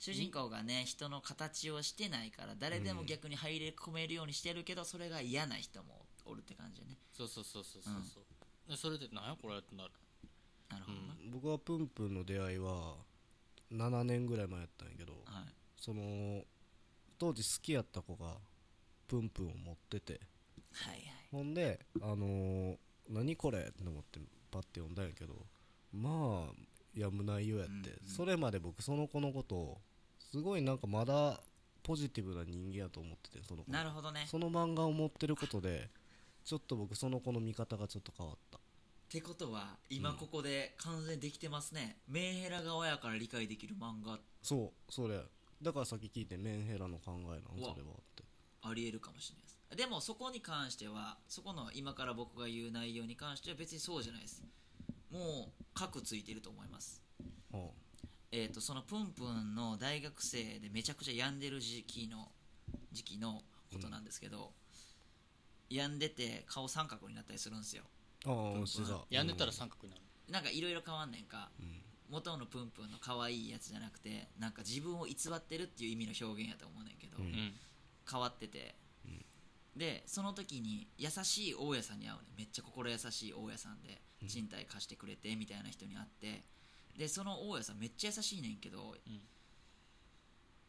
S1: 主人公がね人の形をしてないから誰でも逆に入れ込めるようにしてるけどそれが嫌な人もおるって感じよね
S2: そうそうそうそうそうそう、でそれで何やこれってなる
S1: なるほどな、
S3: 僕はぷんぷんの出会いは7年ぐらい前やったんやけど
S1: はい
S3: その当時好きやった子がぷんぷんを持ってて
S1: はいはい
S3: ほんであのー何これって思ってパッて読んだんやけどまあやむ内容やって、
S1: うんうん
S3: それまで僕その子のことをすごいなんかまだポジティブな人間やと思っててその子
S1: なるほどね
S3: その漫画を持ってることでちょっと僕その子の見方がちょっと変わった
S1: てことは今ここで完全にできてますね、メンヘラ側やから理解できる漫画
S3: そうそれだからさっき聞いてメンヘラの考えなん
S1: う
S3: それ
S1: わ
S3: はって
S1: ありえるかもしれないですでもそこに関してはそこの今から僕が言う内容に関しては別にそうじゃないですもう核ついてると思います
S3: は
S1: えっ、とそのプンプンの大学生でめちゃくちゃ病んでる時期の時期のことなんですけど、病んでて顔三角になったりするんですよ
S3: ああ
S1: プン
S3: あしてた
S2: やんでたら三角になる
S1: なんかいろいろ変わんねんか
S3: うん
S1: 元のプンプンの可愛いやつじゃなくてなんか自分を偽ってるっていう意味の表現やと思うねんけど、
S3: うん
S1: 変わってて、でその時に優しい大家さんに会うねめっちゃ心優しい大家さんで
S3: うん
S1: 賃貸貸してくれてみたいな人に会ってでその大家さんめっちゃ優しいねんけど、
S2: うん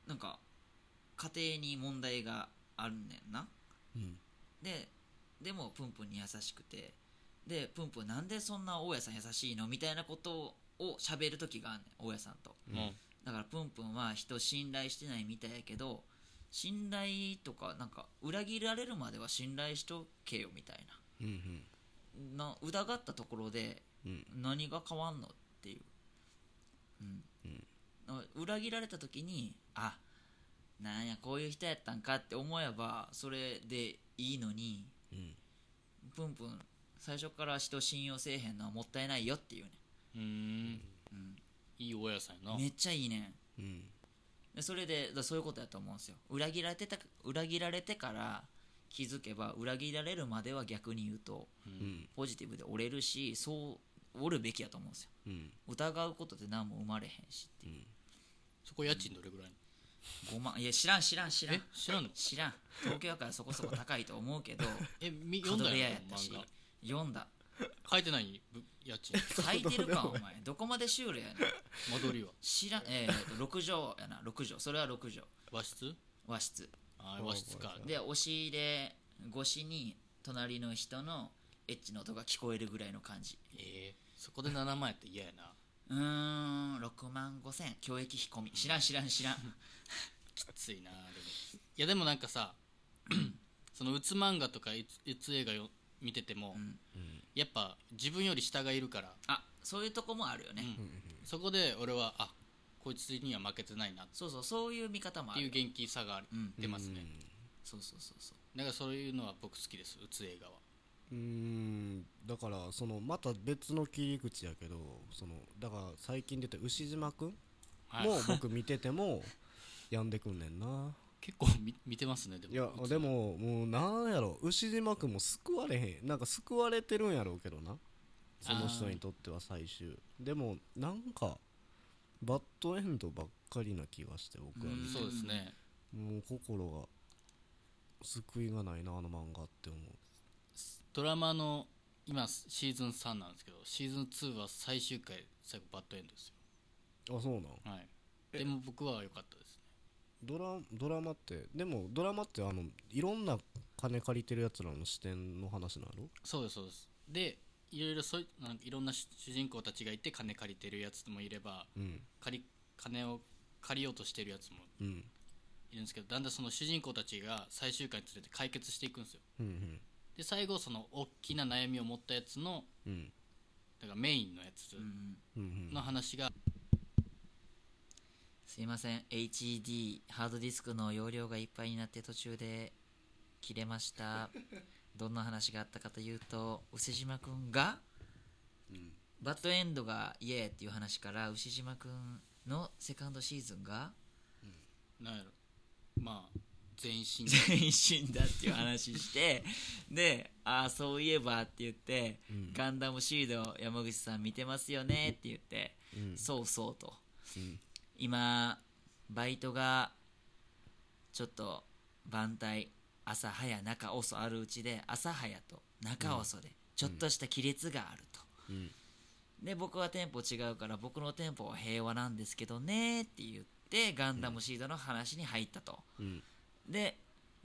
S1: なんか家庭に問題があるねんな
S3: うん
S1: ででもプンプンに優しくてでプンプンなんでそんな大家さん優しいのみたいなことを喋る時があんねん大家さんと
S2: うんうん
S1: だからプンプンは人を信頼してないみたいやけど信頼とかなんか裏切られるまでは信頼しとけよみたい
S3: うんうん
S1: なな疑ったところで
S3: うん
S1: 何が変わんのっていう、うん裏切られた時にあなんやこういう人やったんかって思えばそれでいいのに
S3: うん
S1: プンプン最初から人を信用せえへんのはもったいないよっていうね、
S2: うーん
S1: うん、
S2: いい大家さんやな
S1: めっちゃいいねん
S3: うん
S1: でそれでだからそういうことやと思うんですよ裏切られてた裏切られてから気づけば裏切られるまでは逆に言うと
S3: うん
S1: ポジティブで折れるしそう折るべきやと思うんですよ
S3: うん
S1: 疑うことで何も生まれへんしってい
S2: そこ家賃どれぐらいなの
S1: う5万いや知らん知らん知らん
S2: え知らんの
S1: 知らん東京やからそこそ こ高いと思うけど
S2: えみ読
S1: 角
S2: んだ
S1: 部屋
S2: よ
S1: やったし
S2: 漫画
S1: 読んだ
S2: 書いてないぶ家 賃
S1: 書いてるかお前どこまでシュールやねん
S2: 間取りは
S1: 知らんえー、と6畳やな6畳それは6畳
S2: 和室
S1: 和室
S2: あー和室か
S3: あ
S1: で押し入れ越しに隣の人のエッチの音が聞こえるぐらいの感じ
S2: えーそこで7万円って嫌やな
S1: うーん6万5千教育費込み知らん知らん知らん
S2: きついなでもいやでもなんかさ そのうつ漫画とかうつうつ映画よ見てても、
S1: ん
S2: やっぱ自分より下がいるから、
S1: あそういうとこもあるよね、
S2: うんそこで俺はあこいつには負けてないなっ
S1: そうそうそういう見方もあ
S2: て
S1: る
S2: いう
S1: よ
S2: 元気さが
S1: うん
S2: 出ますね、
S1: そうそうそうそう
S2: だからそういうのは僕好きですうつ映画は
S3: うーんだからそのまた別の切り口やけどそのだから最近出て牛島くん
S2: はい
S3: も僕見てても病んでくんねんな
S2: 結構み見てますねでも
S3: いや
S2: うつ
S3: でももうなんやろ牛島くんも救われへんなんか救われてるんやろうけどなその人にとっては最終でもなんかバッドエンドばっかりな気がして僕は
S1: うん
S2: そうですね
S3: もう心が救いがないなあの漫画って思う
S2: ドラマの今シーズン3なんですけどシーズン2は最終回最後バッドエンドですよ
S3: あそうなん
S2: はいでも僕は良かったですね
S3: ドラドラマってでもドラマってあのいろんな金借りてるやつらの視点の話なの
S2: そうですそうですでいろいろそういなんかいろんな主主人公たちがいて金借りてるやつもいれば
S3: うん
S2: 借り金を借りようとしてるやつも
S3: うん
S2: いるんですけどだんだんその主人公たちが最終回につれて解決していくんですよ
S3: うんうん
S2: で最後その大きな悩みを持ったやつの
S3: うん
S2: だからメインのやつ
S1: うん
S3: うんうん
S2: の話が
S1: すいません HD ハードディスクの容量がいっぱいになって途中で切れましたどんな話があったかというと牛島くんが
S3: うん
S1: バッドエンドがイエーっていう話から牛島くんのセカンドシーズンが
S2: なんやろまあ全 身
S1: 全員死んだっていう話してでああそういえばって言って、
S3: うん
S1: ガンダムシード山口さん見てますよねって言って、
S3: うん
S1: そうそうと
S3: うん
S1: 今バイトがちょっと番隊朝早中遅あるうちで朝早と中遅でちょっとした亀裂があると、
S3: うん
S1: で僕は店舗違うから僕の店舗は平和なんですけどねって言ってガンダムシードの話に入ったと、
S3: うん
S1: で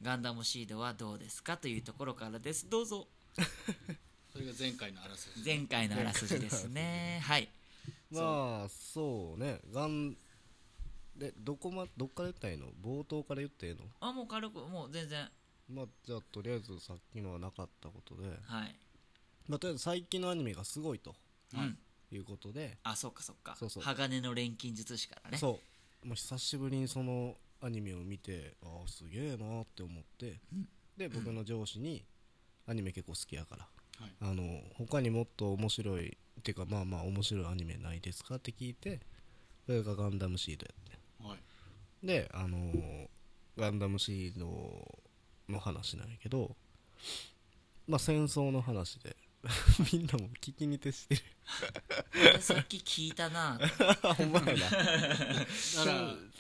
S1: ガンダムシードはどうですかというところからですどうぞ
S2: それが前回の争い
S1: 前回のあらすじですねはい
S3: まあそうねガンでどこまどっから言ったらいいの冒頭から言っていいの
S1: あもう軽くもう全然
S3: まあじゃあとりあえずさっきのはなかったことで
S1: はい
S3: まあ、とりあえず最近のアニメがすごいと
S1: うん、
S2: はい
S3: いうことで、
S1: あそっかそっか
S3: そうそう
S1: 鋼の錬金術師からね
S3: そうもう久しぶりにそのアニメを見てああすげえなーって思って、
S1: うん
S3: で僕の上司にアニメ結構好きやから
S2: はい
S3: あの他にもっと面白いっていうかまあまあ面白いアニメないですかって聞いてそれがガンダムシードやって
S2: はい
S3: であのーガンダムシードの話なんやけどまあ戦争の話で みんなも聞きに徹してる
S1: 俺さっき聞いたな
S3: あほんまやな
S2: だから
S3: そ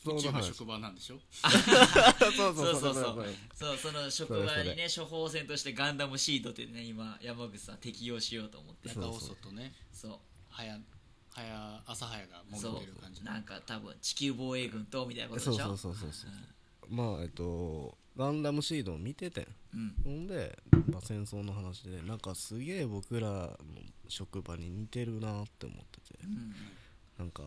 S3: う
S2: うち
S3: そうな
S2: が
S3: んです
S2: 職場なんでしょ
S3: そ う
S1: そうそう
S3: そ
S1: そう うそうその職場にね処方箋としてガンダムシードってね今山口さん適用しようと思って
S3: そう
S2: 中細とね
S1: そう
S2: 早早朝早が
S1: そ
S2: 戻ってる感じ
S1: うなんか多分地球防衛軍とみたいなこと
S3: そ
S1: で
S3: う
S1: しょ
S3: そうそうそうそうまあえっとガンダムシードを見ててん
S1: うん
S3: ほんで、まあ、戦争の話でなんかすげえ僕らの職場に似てるなって思ってて
S1: うん
S3: なんか、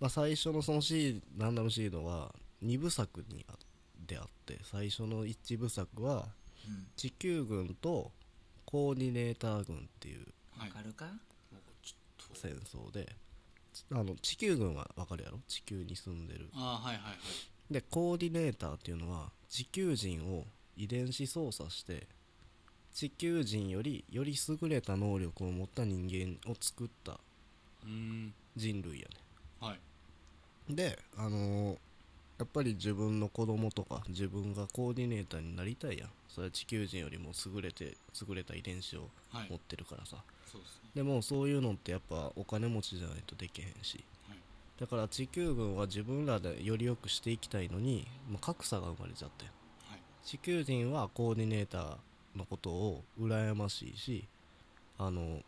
S3: まあ、最初のそのシーガンダムシードは2部作にあであって最初の1部作は
S1: うん
S3: 地球軍とコーディネーター軍っていう
S2: は
S1: わ
S2: い
S1: かるか
S2: もうちょっと
S3: 戦争でつあの地球軍はわかるやろ地球に住んでる
S2: ああはいはいはい
S3: でコーディネーターっていうのは地球人を遺伝子操作して地球人よりより優れた能力を持った人間を作った
S2: うーん
S3: 人類や
S2: はい
S3: ねであのーやっぱり自分の子供とか自分がコーディネーターになりたいやんそれは地球人よりも優れて優れた遺伝子を
S2: はい
S3: 持ってるからさ
S2: そうですね
S3: でもそういうのってやっぱお金持ちじゃないとできへんし
S2: はい
S3: だから地球軍は自分らでより良くしていきたいのに、まあ格差が生まれちゃって
S2: はい
S3: 地球人はコーディネーターのことを羨ましいしあの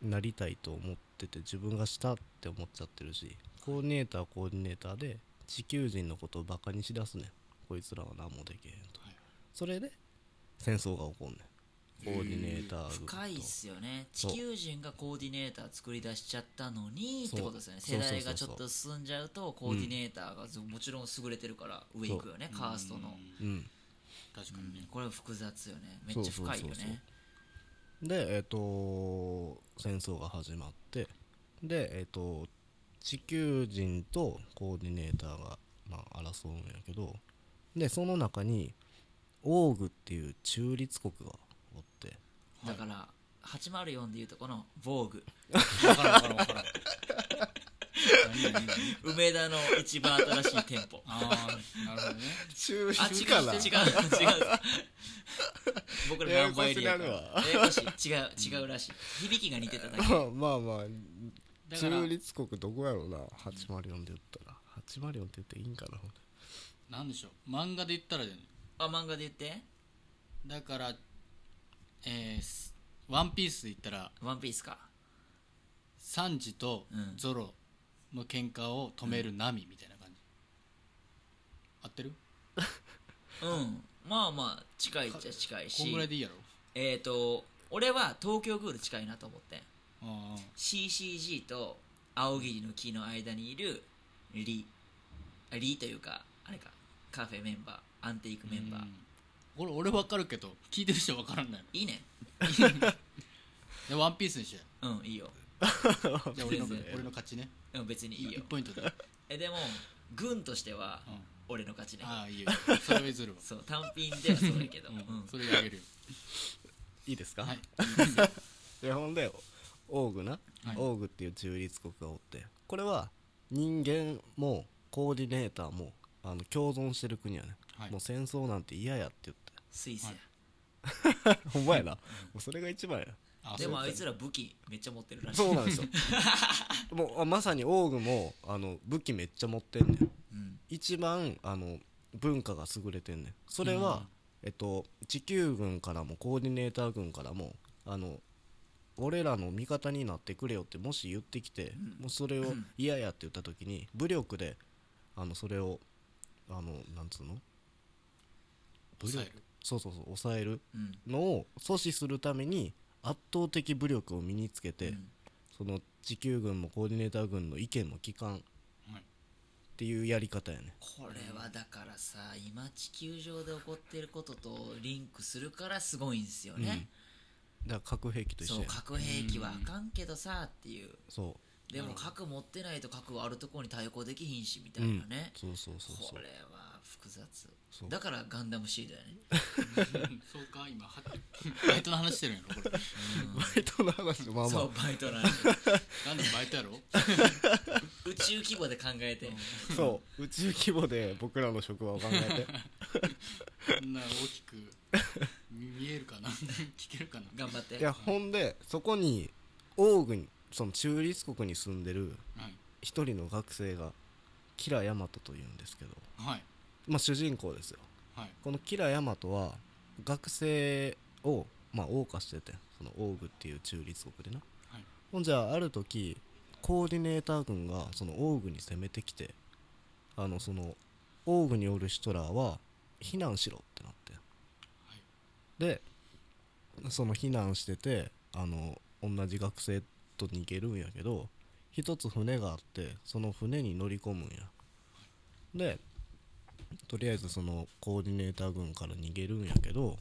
S3: なりたいと思ってて自分がしたって思っちゃってるしコーディネーターはコーディネーターで地球人のことをバカにしだすねんこいつらは何もできへんと
S2: はい
S3: それで戦争が起こんねんコーディネーター軍と
S1: 深いっすよね地
S3: そう
S1: 球人がコーディネーター作り出しちゃったのにっ
S3: そう
S1: てことですよね
S3: そう
S1: 世
S3: そうそうそう
S1: 代がちょっと進んじゃうとコーディネーターがずもちろん優れてるから上行くよねカーストの
S2: うん
S3: うん
S2: 確
S1: う
S2: かに
S1: ん
S2: ね
S1: これ複雑よねめっちゃ深いよ
S3: そうそうそうそう
S1: ね
S3: でえっ、と戦争が始まってでえっ、と地球人とコーディネーターが、まあ、争うんやけどでその中にオーグっていう中立国がおって
S1: だから804でいうとこの防具
S2: 分からん分からん分からん何何何
S1: 梅田の一番新しい店 舗
S2: ああなるほどね
S3: 中
S1: あ違う違う違う僕ら何倍エリアから
S3: や
S1: や
S3: やこ
S1: やこしい違う違うらしい響きが似てただけ
S3: まあま
S2: だ
S3: あ
S2: から
S3: 中立国どこやろうな804で言ったら804って言っていいんかなほんで
S2: なんでしょう漫画で言ったらじゃない
S1: あ漫画で言って
S2: だからえーすワンピースで言ったら
S1: ワンピースか
S2: サンジと
S1: うん
S2: ゾロの喧嘩を止めるナミみたいな感じ、合ってる
S1: うんまあまあ近いっちゃ近い
S2: こんぐらい
S1: し
S2: でいいやろ
S1: えっ、と俺は東京グール近いなと思ってん
S2: あ
S1: CCG と青霧の木の間にいるリあリというかあれかカフェメンバーアンテイクメンバー
S2: これ俺分かるけど聞いてる人分からんない
S1: いいね
S2: でワンピースにしよ
S1: うんいいよ
S2: うじゃあ俺
S1: 全
S2: の
S1: 然
S2: 俺の勝ちね
S1: うん別にいいよ
S2: 1ポイントで
S1: えでも軍としては
S2: うん
S1: 俺の勝ちね
S2: ああいいよそれを譲るわ
S1: そう単品ではそうだけど、
S2: う
S1: うんん、
S2: それで あげるよ
S3: いいですか、
S2: はい
S3: でほんでオーグな、
S2: はい
S3: オーグっていう中立国がおってこれは人間もコーディネーターもあの共存してる国やね、
S2: はい
S3: もう戦争なんて嫌やって 言っ
S1: スイスや、
S2: はい
S3: てほんま やなもうそれが一番や
S2: あ
S1: でもあいつ
S2: ら
S1: ら武器めっちゃ持ってるらしい
S3: そうな んですよもうあまさにオーグもあの武器めっちゃ持ってんねん
S1: うん
S3: 一番あの文化が優れてんねんそれ
S2: う
S3: は
S2: ん、
S3: えっと、地球軍からもコーディネーター軍からもあの俺らの味方になってくれよってもし言ってきて、もうそれを嫌やって言った時に武力であのそれをあのなんつうの武
S2: 抑
S3: 力
S2: える
S3: そうそうそう抑える
S1: うん
S3: のを阻止するために圧倒的武力を身につけて、
S1: うん
S3: その地球軍もコーディネーター軍の意見も聞かんっ
S2: はい
S3: ていうやり方やね
S1: これはだからさ今地球上で起こってることとリンクするからすごいんですよね、
S3: だから核兵器と一緒
S1: そう
S3: や
S1: 核兵器はあかんけどさっていう
S3: そ
S1: でも
S2: なるほど
S1: 核持ってないと核あるところに対抗できひんしみたいなね
S3: う、そうそうそうそ
S1: こ
S3: う
S1: れは複雑
S3: そう
S1: だからガンダムシードやね
S2: そうか今はバイトの話してるんやろこれ
S3: バイトの話まあま
S1: そ
S3: あ
S1: うバイ トな
S2: なんでバイトやろ
S1: 宇宙規模で考えて
S3: そう宇宙規模で僕らの職場を考 えて
S2: そんな大きく見えるかな 聞けるかな
S1: 頑張って
S3: いやほんでそこにオーグにその中立国に住んでる
S2: はい
S3: 一人の学生がキラヤマトというんですけど
S2: はい
S3: まあ主人公ですよ
S2: はい
S3: このキラヤマトは学生をまあ謳歌しててそのオーグっていう中立国でな、
S2: はい
S3: ほんじゃある時コーディネーター軍がそのオーグに攻めてきてあのそのオーグにおる人らは避難しろってなって、でその避難しててあの同じ学生と逃げるんやけど一つ船があってその船に乗り込むんやでとりあえずそのコーディネーター軍から逃げるんやけど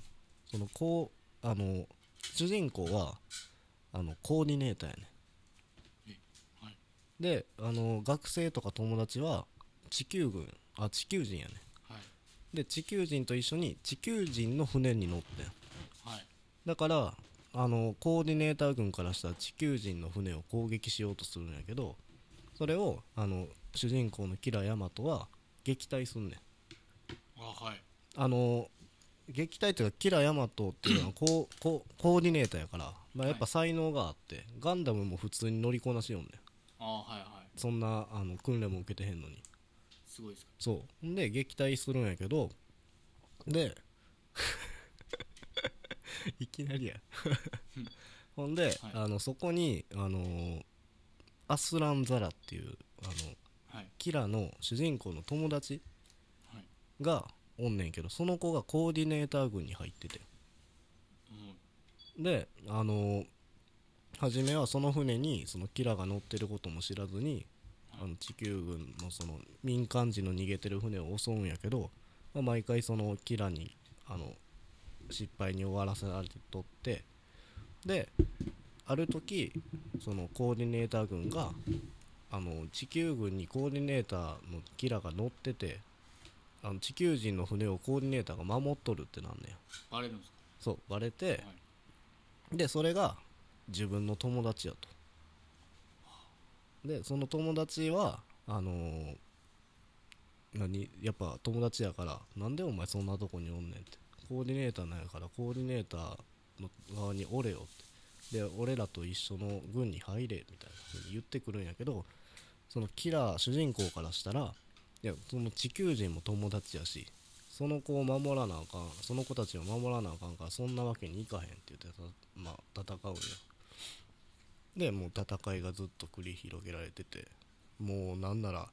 S3: そのこうあの主人公はあのコーディネーターやね
S2: えはい
S3: であの学生とか友達は地球軍あ地球人やね
S2: はい
S3: で地球人と一緒に地球人の船に乗ってん
S2: はい
S3: だからあのコーディネーター軍からしたら地球人の船を攻撃しようとするんやけどそれをあの主人公のキラヤマトは撃退すんねん
S2: あはい
S3: あの撃退というかキラヤマトっていうのはこうこうコーディネーターやから、まあ、やっぱ才能があって、ガンダムも普通に乗りこなしよんねん
S2: あはいはい
S3: そんなあの訓練も受けてへんのに
S2: すごいですか
S3: そうんで撃退するんやけどで いきなりやほんで、あのそこにあのーアスラン・ザラっていうあの
S2: はい
S3: キラの主人公の友達
S2: はい
S3: がおんねんけどその子がコーディネーター軍に入ってて
S2: もう
S3: であのー初めはその船にそのキラが乗ってることも知らずにあの地球軍のその民間人の逃げてる船を襲うんやけど、まあ、毎回そのキラにあの失敗に終わらせられてとってである時そのコーディネーター軍があの地球軍にコーディネーターのキラが乗っててあの地球人の船をコーディネーターが守っとるってなんねや
S2: バレるんです
S3: そうバレて
S2: かはい
S3: でそれが自分の友達やとでその友達はあのー何やっぱ友達やからなんでお前そんなとこにおんねんってコーディネーターなんやからコーディネーターの側におれよってで俺らと一緒の軍に入れみたいな風に言ってくるんやけどそのキラー主人公からしたらいやその地球人も友達やしその子を守らなあかんその子たちを守らなあかんからそんなわけにいかへんって言ってた、まあ、戦うんやでもう戦いがずっと繰り広げられててもうなんなら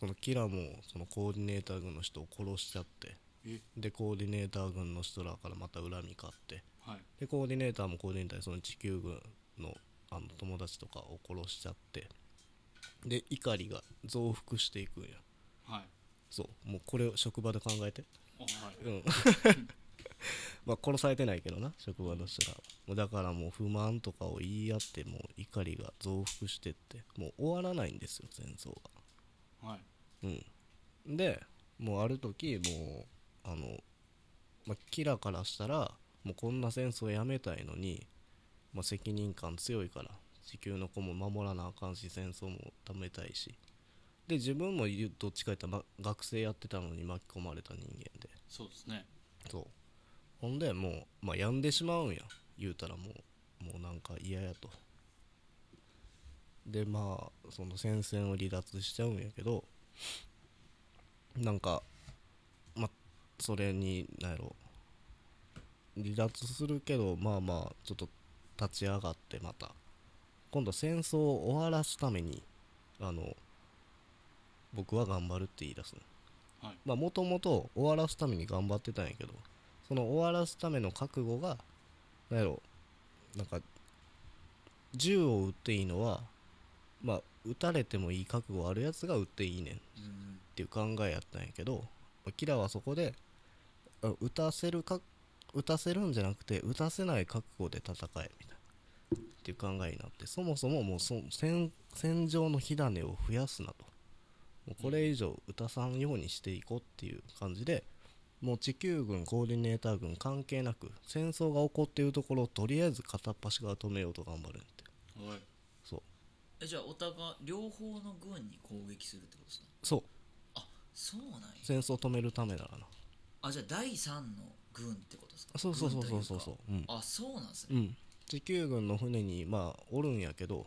S3: このキラもそのコーディネーター軍の人を殺しちゃって
S2: え
S3: でコーディネーター軍の人らからまた恨み買って
S2: はい
S3: でコーディネーターもコーディネーターでその地球軍のあの友達とかを殺しちゃってで怒りが増幅していくんや
S2: はい
S3: そうもうこれを職場で考えて
S2: あはい
S3: うん まあ殺されてないけどな職場の人らはもうだからもう不満とかを言い合ってもう怒りが増幅してってもう終わらないんですよ戦争が
S2: はい
S3: うんでもうある時もうあの、まあ、キラからしたらもうこんな戦争やめたいのに、まあ、責任感強いから地球の子も守らなあかんし戦争も止めたいしで自分も言うどっちか言ったら、ま学生やってたのに巻き込まれた人間で
S2: そうですね
S3: そうほんでもう、まあ、病んでしまうんや言うたらもうもうなんか嫌やとでまあその戦線を離脱しちゃうんやけどなんかまあそれになんやろ離脱するけどまあまあちょっと立ち上がってまた今度戦争を終わらすためにあの僕は頑張るって言い出すの
S2: はい
S3: まあもともと終わらすために頑張ってたんやけどその終わらすための覚悟がなんやろなんか銃を撃っていいのはまあ撃たれてもいい覚悟あるやつが撃っていいねんっ
S1: うん
S3: ていう考えやったんやけどまあキラはそこであ撃たせるか打たせるんじゃなくて打たせない覚悟で戦えみたいなっていう考えになってそもそももうそ戦戦場の火種を増やすなともうこれ以上打たさんようにしていこうっていう感じでもう地球軍コーディネーター軍関係なく戦争が起こっているところをとりあえず片っ端から止めようと頑張るって
S2: おい
S3: そう
S1: えじゃあお互い両方の軍に攻撃するってことですか
S3: そう
S1: あそうなんや
S3: 戦争を止めるためならな
S1: あじゃあ第三の軍ってことですか
S3: そうそうそうそうそ
S1: 軍と
S3: う
S1: い
S3: そう
S1: か
S3: う、うん、
S1: あそうなんです
S3: う
S1: ね、
S3: ん、地球軍の船にまあおるんやけど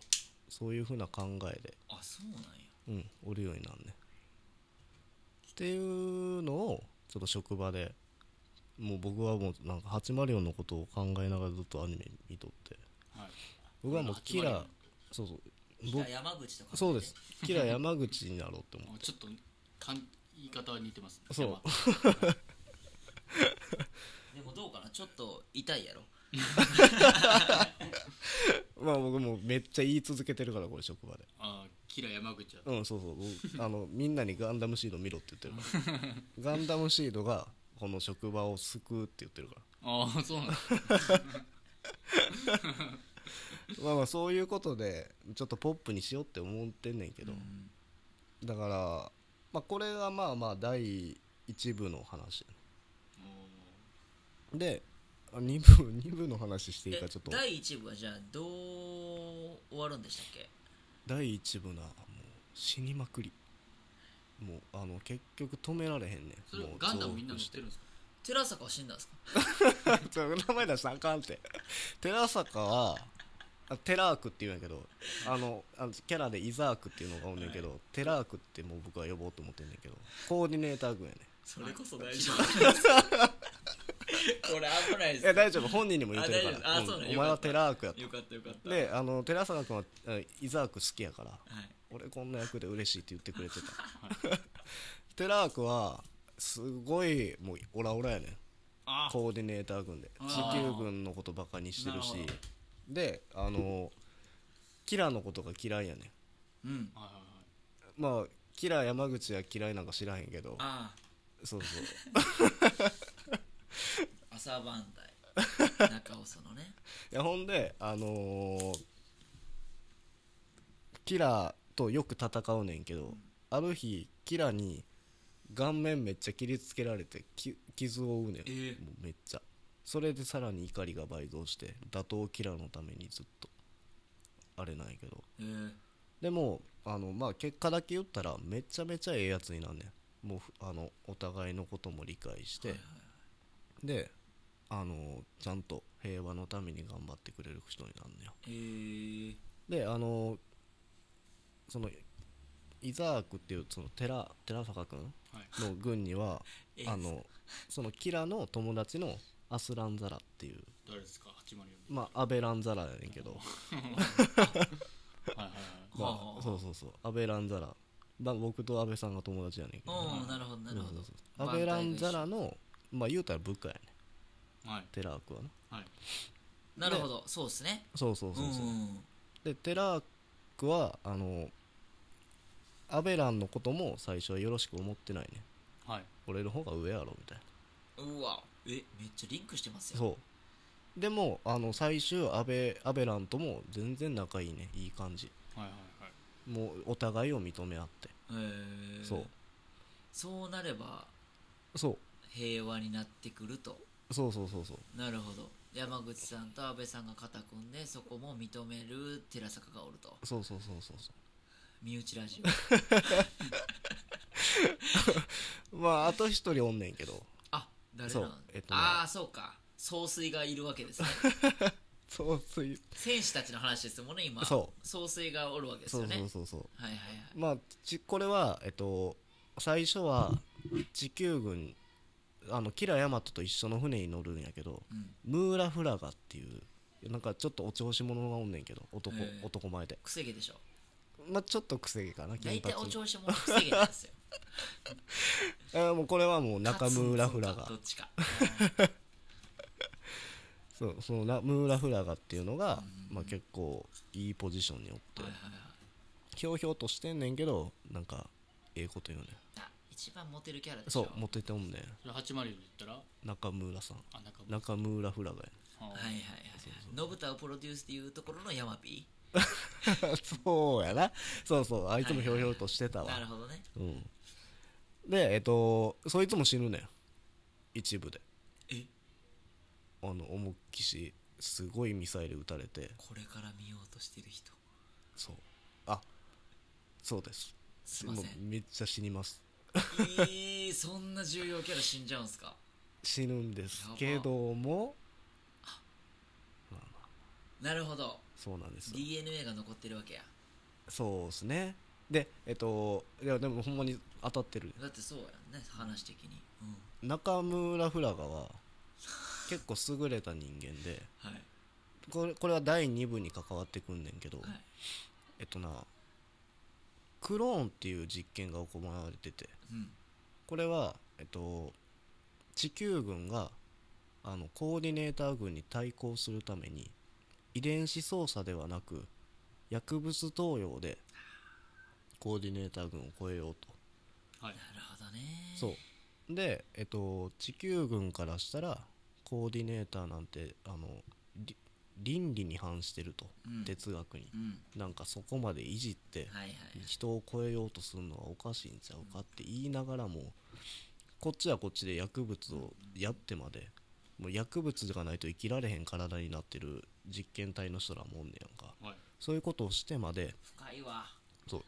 S3: そういうふうな考えで、
S1: あそうなんや
S3: うん、おるようになんねっていうのをちょっと職場でもう僕はもうなんか804のことを考えながらずっとアニメ見とって
S2: はい
S3: 僕はもうキ
S2: 804
S3: ラーそうそう
S1: じゃあ山口とか
S3: そうですキラー山口になろうって思う
S2: あちょっとかん言い方は似てますね
S3: そう
S2: 山
S1: でもどうかなちょっと痛いやろ
S3: まあ僕もめっちゃ言い続けてるからこれ職場で
S2: あキラ山口は
S3: うんそうそう 僕あのみんなにガンダムシード見ろって言ってるからガンダムシードがこの職場を救うって言ってるから
S2: ああそうなんだ
S3: まあまあそういうことでちょっとポップにしようって思ってんねんけど、
S1: うん
S3: だから、まあ、これがまあまあ第1部の話
S2: お
S3: で2部二部の話していい
S1: え
S3: かちょっと
S1: 第1部はじゃあどう終わるんでしたっけ
S3: 第1部なもう死にまくりもうあの結局止められへんね
S2: ーそ
S3: ん
S2: れ
S3: もう
S2: ガンダム
S3: 増
S2: みんな乗っ
S3: 幅して
S2: るんですか
S1: 寺坂は死んだんですか
S3: ちょ 名前出したらあかんって寺坂はあテラークって言うんやけどあのあのキャラでイザークっていうのがおんねんけど、テラークってもう僕は呼ぼうと思ってんねんけどコーディネーター軍やね
S1: それこそ大丈夫 これ危ないで
S3: いや大丈夫本人にも言ってるか
S1: あ
S3: ら、
S1: 大丈夫あそうなんや
S3: お前
S1: よか
S3: は
S1: った
S3: テラークやと
S1: よかったよかった
S3: であの寺坂君はあイザーク好きやから
S1: はい
S3: 俺こんな役で嬉しいって言ってくれてたテラークはすごいもうオラオラやねん
S2: あ
S3: コーディネーター軍で
S2: あ
S3: 地
S2: ー
S3: 球軍のことばかにしてるし
S2: なるほど
S3: であのキラのことが嫌いやねん
S1: うん
S2: あはいはいはい
S3: まあキラ山口は嫌いなんか知らへんけど
S1: あ
S3: そうそう
S1: あ朝番 台中尾そのね
S3: いやほんであのーキラとよく戦うねんけど、ある日キラに顔面めっちゃ切りつけられてき傷を負うねん、
S1: え
S3: もうめっちゃそれでさらに怒りが倍増して打倒キラのためにずっとあれなんやけど
S1: えー
S3: でもあのまあ結果だけ言ったらめちゃめちゃええやつになんねんもうふあのお互いのことも理解して、
S1: はいはい
S3: であのちゃんと平和のために頑張ってくれる人になんねよ
S1: えー
S3: であのそのイザークっていうその寺寺坂君
S2: はい
S3: の軍 には
S1: ええ
S3: あのそのキラの友達のアスランザラっていう
S2: 誰ですか804の
S3: まあアベランザラやねんけど、
S2: はいはいはい
S1: は
S3: ま
S1: あ
S3: あ、そうそうそうアベランザラ、まあ、僕と安倍さんが友達やねんけど
S1: おーなるほどなるほ
S3: そう
S1: ど
S3: そうそうアベランザラのまあ言うたら部下やね
S2: はい
S3: テラークはな
S2: はい
S1: なるほどそうですね
S3: そうそうそうそう、
S1: ん
S3: でテラークはあのアベランのことも最初はよろしく思ってないね
S2: はい
S3: 俺の方が上やろみたいな
S1: うわえめっちゃリンクしてますよ
S3: そうでもあの最終アベアベランとも全然仲いいねいい感じ
S2: はいはい
S3: もうお互いを認め合って、
S1: へー
S3: そう
S1: そうなれば
S3: そう
S1: 平和になってくると
S3: そうそうそうそう
S1: なるほど山口さんと安倍さんが肩組んでそこも認める寺坂がおると
S3: そうそうそうそうそ
S1: 身内ラジ オ
S3: うまああと一人おんねんけど
S1: あ誰
S3: そ
S1: な、
S3: うんえっとね
S1: ああそうか総帥がいるわけ ですね
S3: そうそういう
S1: 選手たちの話ですもんね今
S3: そ
S1: 総帥がおるわけです
S3: そ
S1: よ
S3: う
S1: ね
S3: そうそうそう
S1: はいはいはい
S3: まあちこれはえっと最初は地球軍あのキラヤマトと一緒の船に乗るんやけど、
S1: うん
S3: ムーラフラガっていうなんかちょっとお調子者がおんねんけど男,、
S1: ええ
S3: 男前で
S1: くせ毛でしょ
S3: まあちょっとくせ毛かな
S1: 大
S3: 金
S1: 体
S3: 髪
S1: お調子者くせ毛なんですよ
S3: えーもうこれはもう 中ムーラフラ
S1: 勝つ
S3: ガ
S1: んかどっちか
S3: そうそのなムーラフラガっていうのが、まあ、結構いいポジションにおって
S1: はいはいはい
S3: ひょうひょうとしてんねんけどなんかええこと言うね
S1: あい一番モテるキャラでしょ
S3: そう持ってておんね
S2: それ804で言ったら
S3: 中村さん
S2: あ中村
S3: 中村フラガ
S2: は
S1: はいはいはいはい信太をプロデュースっていうところのヤマピ
S3: や そうやなそうそうあいつもひょうひょうとしてた
S1: ー
S3: わ、
S1: なるほどね
S3: うん、でえっとそいつも死ぬねん一部で
S1: え
S3: あの重きしすごいミサイル撃たれて
S1: これから見ようとしてる人
S3: そうあそうです
S1: すいません
S3: もうめっちゃ死にます
S1: えー、そんな重要キャラ死んじゃうんすか
S3: 死ぬんですけども
S1: なるほど
S3: そうなんですよ
S1: DNA が残ってるわけや
S3: そうですねでえっといやでもほんまに当たってる
S1: だってそうやんね話的にうん
S3: 中村フラガは結構優れた人間で
S1: はい
S3: これこれは第2部に関わってくんねんけど、
S1: はい
S3: えっとなクローンっていう実験が行われてて
S1: うん
S3: これは、えっと、地球軍があのコーディネーター軍に対抗するために遺伝子操作ではなく薬物投与でコーディネーター軍を超えようと
S2: はい
S1: なるほどね
S3: そうで、えっと、地球軍からしたらコーディネーターなんてあのり倫理に反してると、
S1: うん
S3: 哲学に
S1: うん
S3: なんかそこまでいじって、
S1: はいはい
S3: 人を超えようとするのはおかしいんちゃうかって言いながらもこっちはこっちで薬物をやってまでもう薬物がないと生きられへん体になってる実験体の人らもおんねやんか
S2: はい
S3: そういうことをしてまで
S1: 深いわ
S3: そう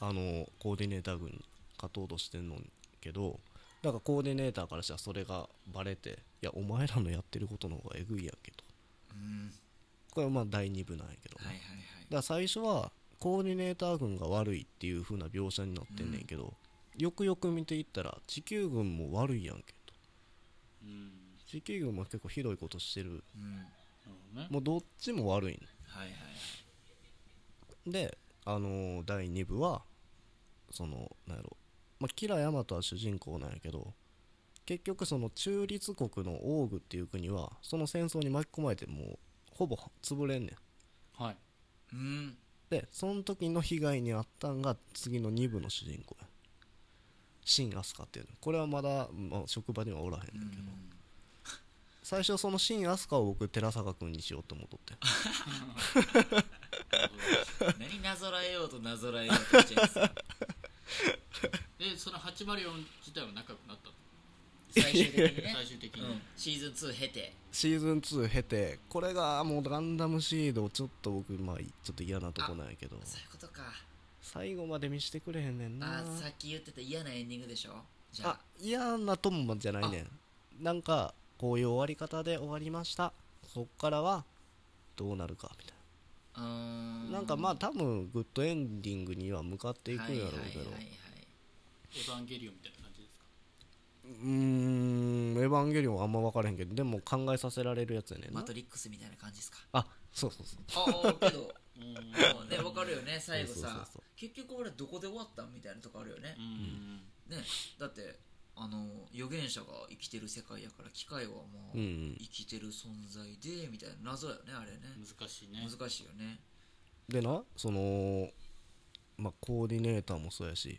S3: あのコーディネーター軍に勝とうとしてんのんけどだからコーディネーターからしたらそれがバレていやお前らのやってることの方がえぐいやんけと
S1: うん
S3: これはまあ第2部なんやけど、
S1: はいはい
S3: だから最初はコーディネーター軍が悪いっていう風な描写になってんねんけど、よくよく見ていったら地球軍も悪いやんけと
S2: うん
S3: 地球軍も結構ひどいことしてる
S1: うん
S2: なるほどね
S3: もうどっちも悪いね
S1: はいはいはい
S3: んであのー第2部はそのなんやろ、まあ、キラヤマトは主人公なんやけど結局その中立国のオーグっていう国はその戦争に巻き込まれてもうほぼ潰れんねん
S2: はい
S1: うん
S3: でその時の被害に遭ったんが次の2部の主人公やシン・アスカっていうのこれはまだ、まあ、職場にはおらへんね
S1: うん
S3: けど、
S1: ん
S3: 最初そのシン・アスカを僕寺坂君にしようと思っとって
S2: なるほど
S1: 何なぞらえようとなぞらえようとしてるんです か
S2: でその804自体は仲良くなったの
S1: 最終的にね
S2: 最終的
S1: う
S2: に、
S1: んシーズン2経て
S3: シーズン2経てこれがもうガンダムシードちょっと僕まあちょっと嫌なとこなんやけど
S1: そういうことか
S3: 最後まで見してくれへんねんな
S1: あーさっき言ってた嫌なエンディングでしょじゃ
S3: あ
S1: あ
S3: 嫌なともじゃないねんなんかこういう終わり方で終わりましたそっからはどうなるかみたいな
S1: うーん
S3: なんかまあ多分グッドエンディングには向かっていくんやろうけど、
S1: はいはいはいはい
S2: エヴァンゲリオンみたいな感じですか
S3: うーん「エヴァンゲリオン」あんま分からへんけどでも考えさせられるやつやねんな
S1: マトリックスみたいな感じですか
S3: あそうそうそう
S1: ああけ ど
S2: うん
S1: もうねわかるよね最後
S3: そうそう
S1: さ
S3: そうそう
S1: 結局俺どこで終わったんみたいなとこあるよね
S2: う、ん
S1: ねだってあの預言者が生きてる世界やから機械はもう
S3: うんう
S1: 生
S3: ん
S1: きてる存在でみたいな謎やよねあれね
S2: 難しいね
S1: 難しいよね
S3: でなそのまあコーディネーターもそうやし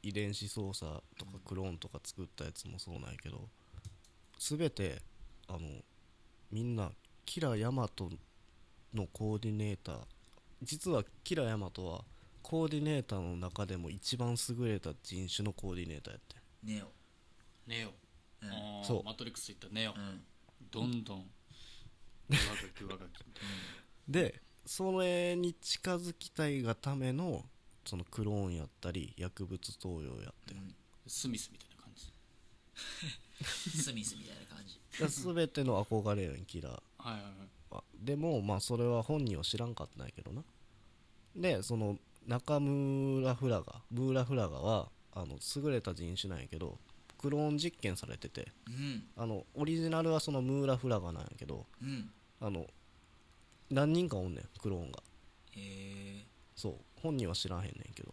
S3: 遺伝子操作とかクローンとか作ったやつもそうなんやけど全てあのみんなキラヤマトのコーディネーター実はキラヤマトはコーディネーターの中でも一番優れた人種のコーディネーターやってん
S1: ネオ
S2: ネオ
S1: うん
S2: あー
S3: そう
S2: マトリックスいったネオ
S1: うん
S2: どんどん上書き上書き
S3: でそれに近づきたいがためのそのクローンやったり薬物投与やって、
S2: スミスみたいな感じ
S1: スミスみたいな感じ
S3: だから全ての憧れやんキラー
S2: はいはいはい
S3: あでもまあそれは本人は知らんかったんやけどなでその中村フラガブーラフラガはあの優れた人種なんやけどクローン実験されてて
S1: うん
S3: あのオリジナルはそのムーラフラガなんやけど
S1: うん
S3: あの何人かおんねんクローンが
S1: へえ
S3: そう本人は知らんへんねんけど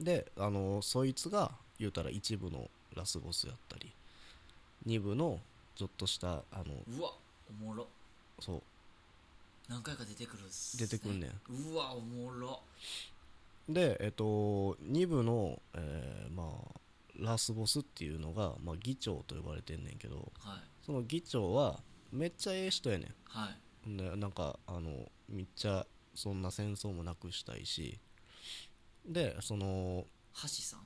S3: であのそいつが言うたら一部のラスボスやったり二部のちょっとしたあの
S1: うわおもろ
S3: そう
S1: 何回か出てくるっす
S3: 出てくんねん
S1: うわおもろ
S3: で、えっと、2部の、えーまあ、ラスボスっていうのが、まあ、議長と呼ばれてんねんけど
S1: はい
S3: その議長はめっちゃええ人やねん
S1: はい
S3: ね、なんかあのめっちゃそんな戦争もなくしたいしでその
S1: 橋さん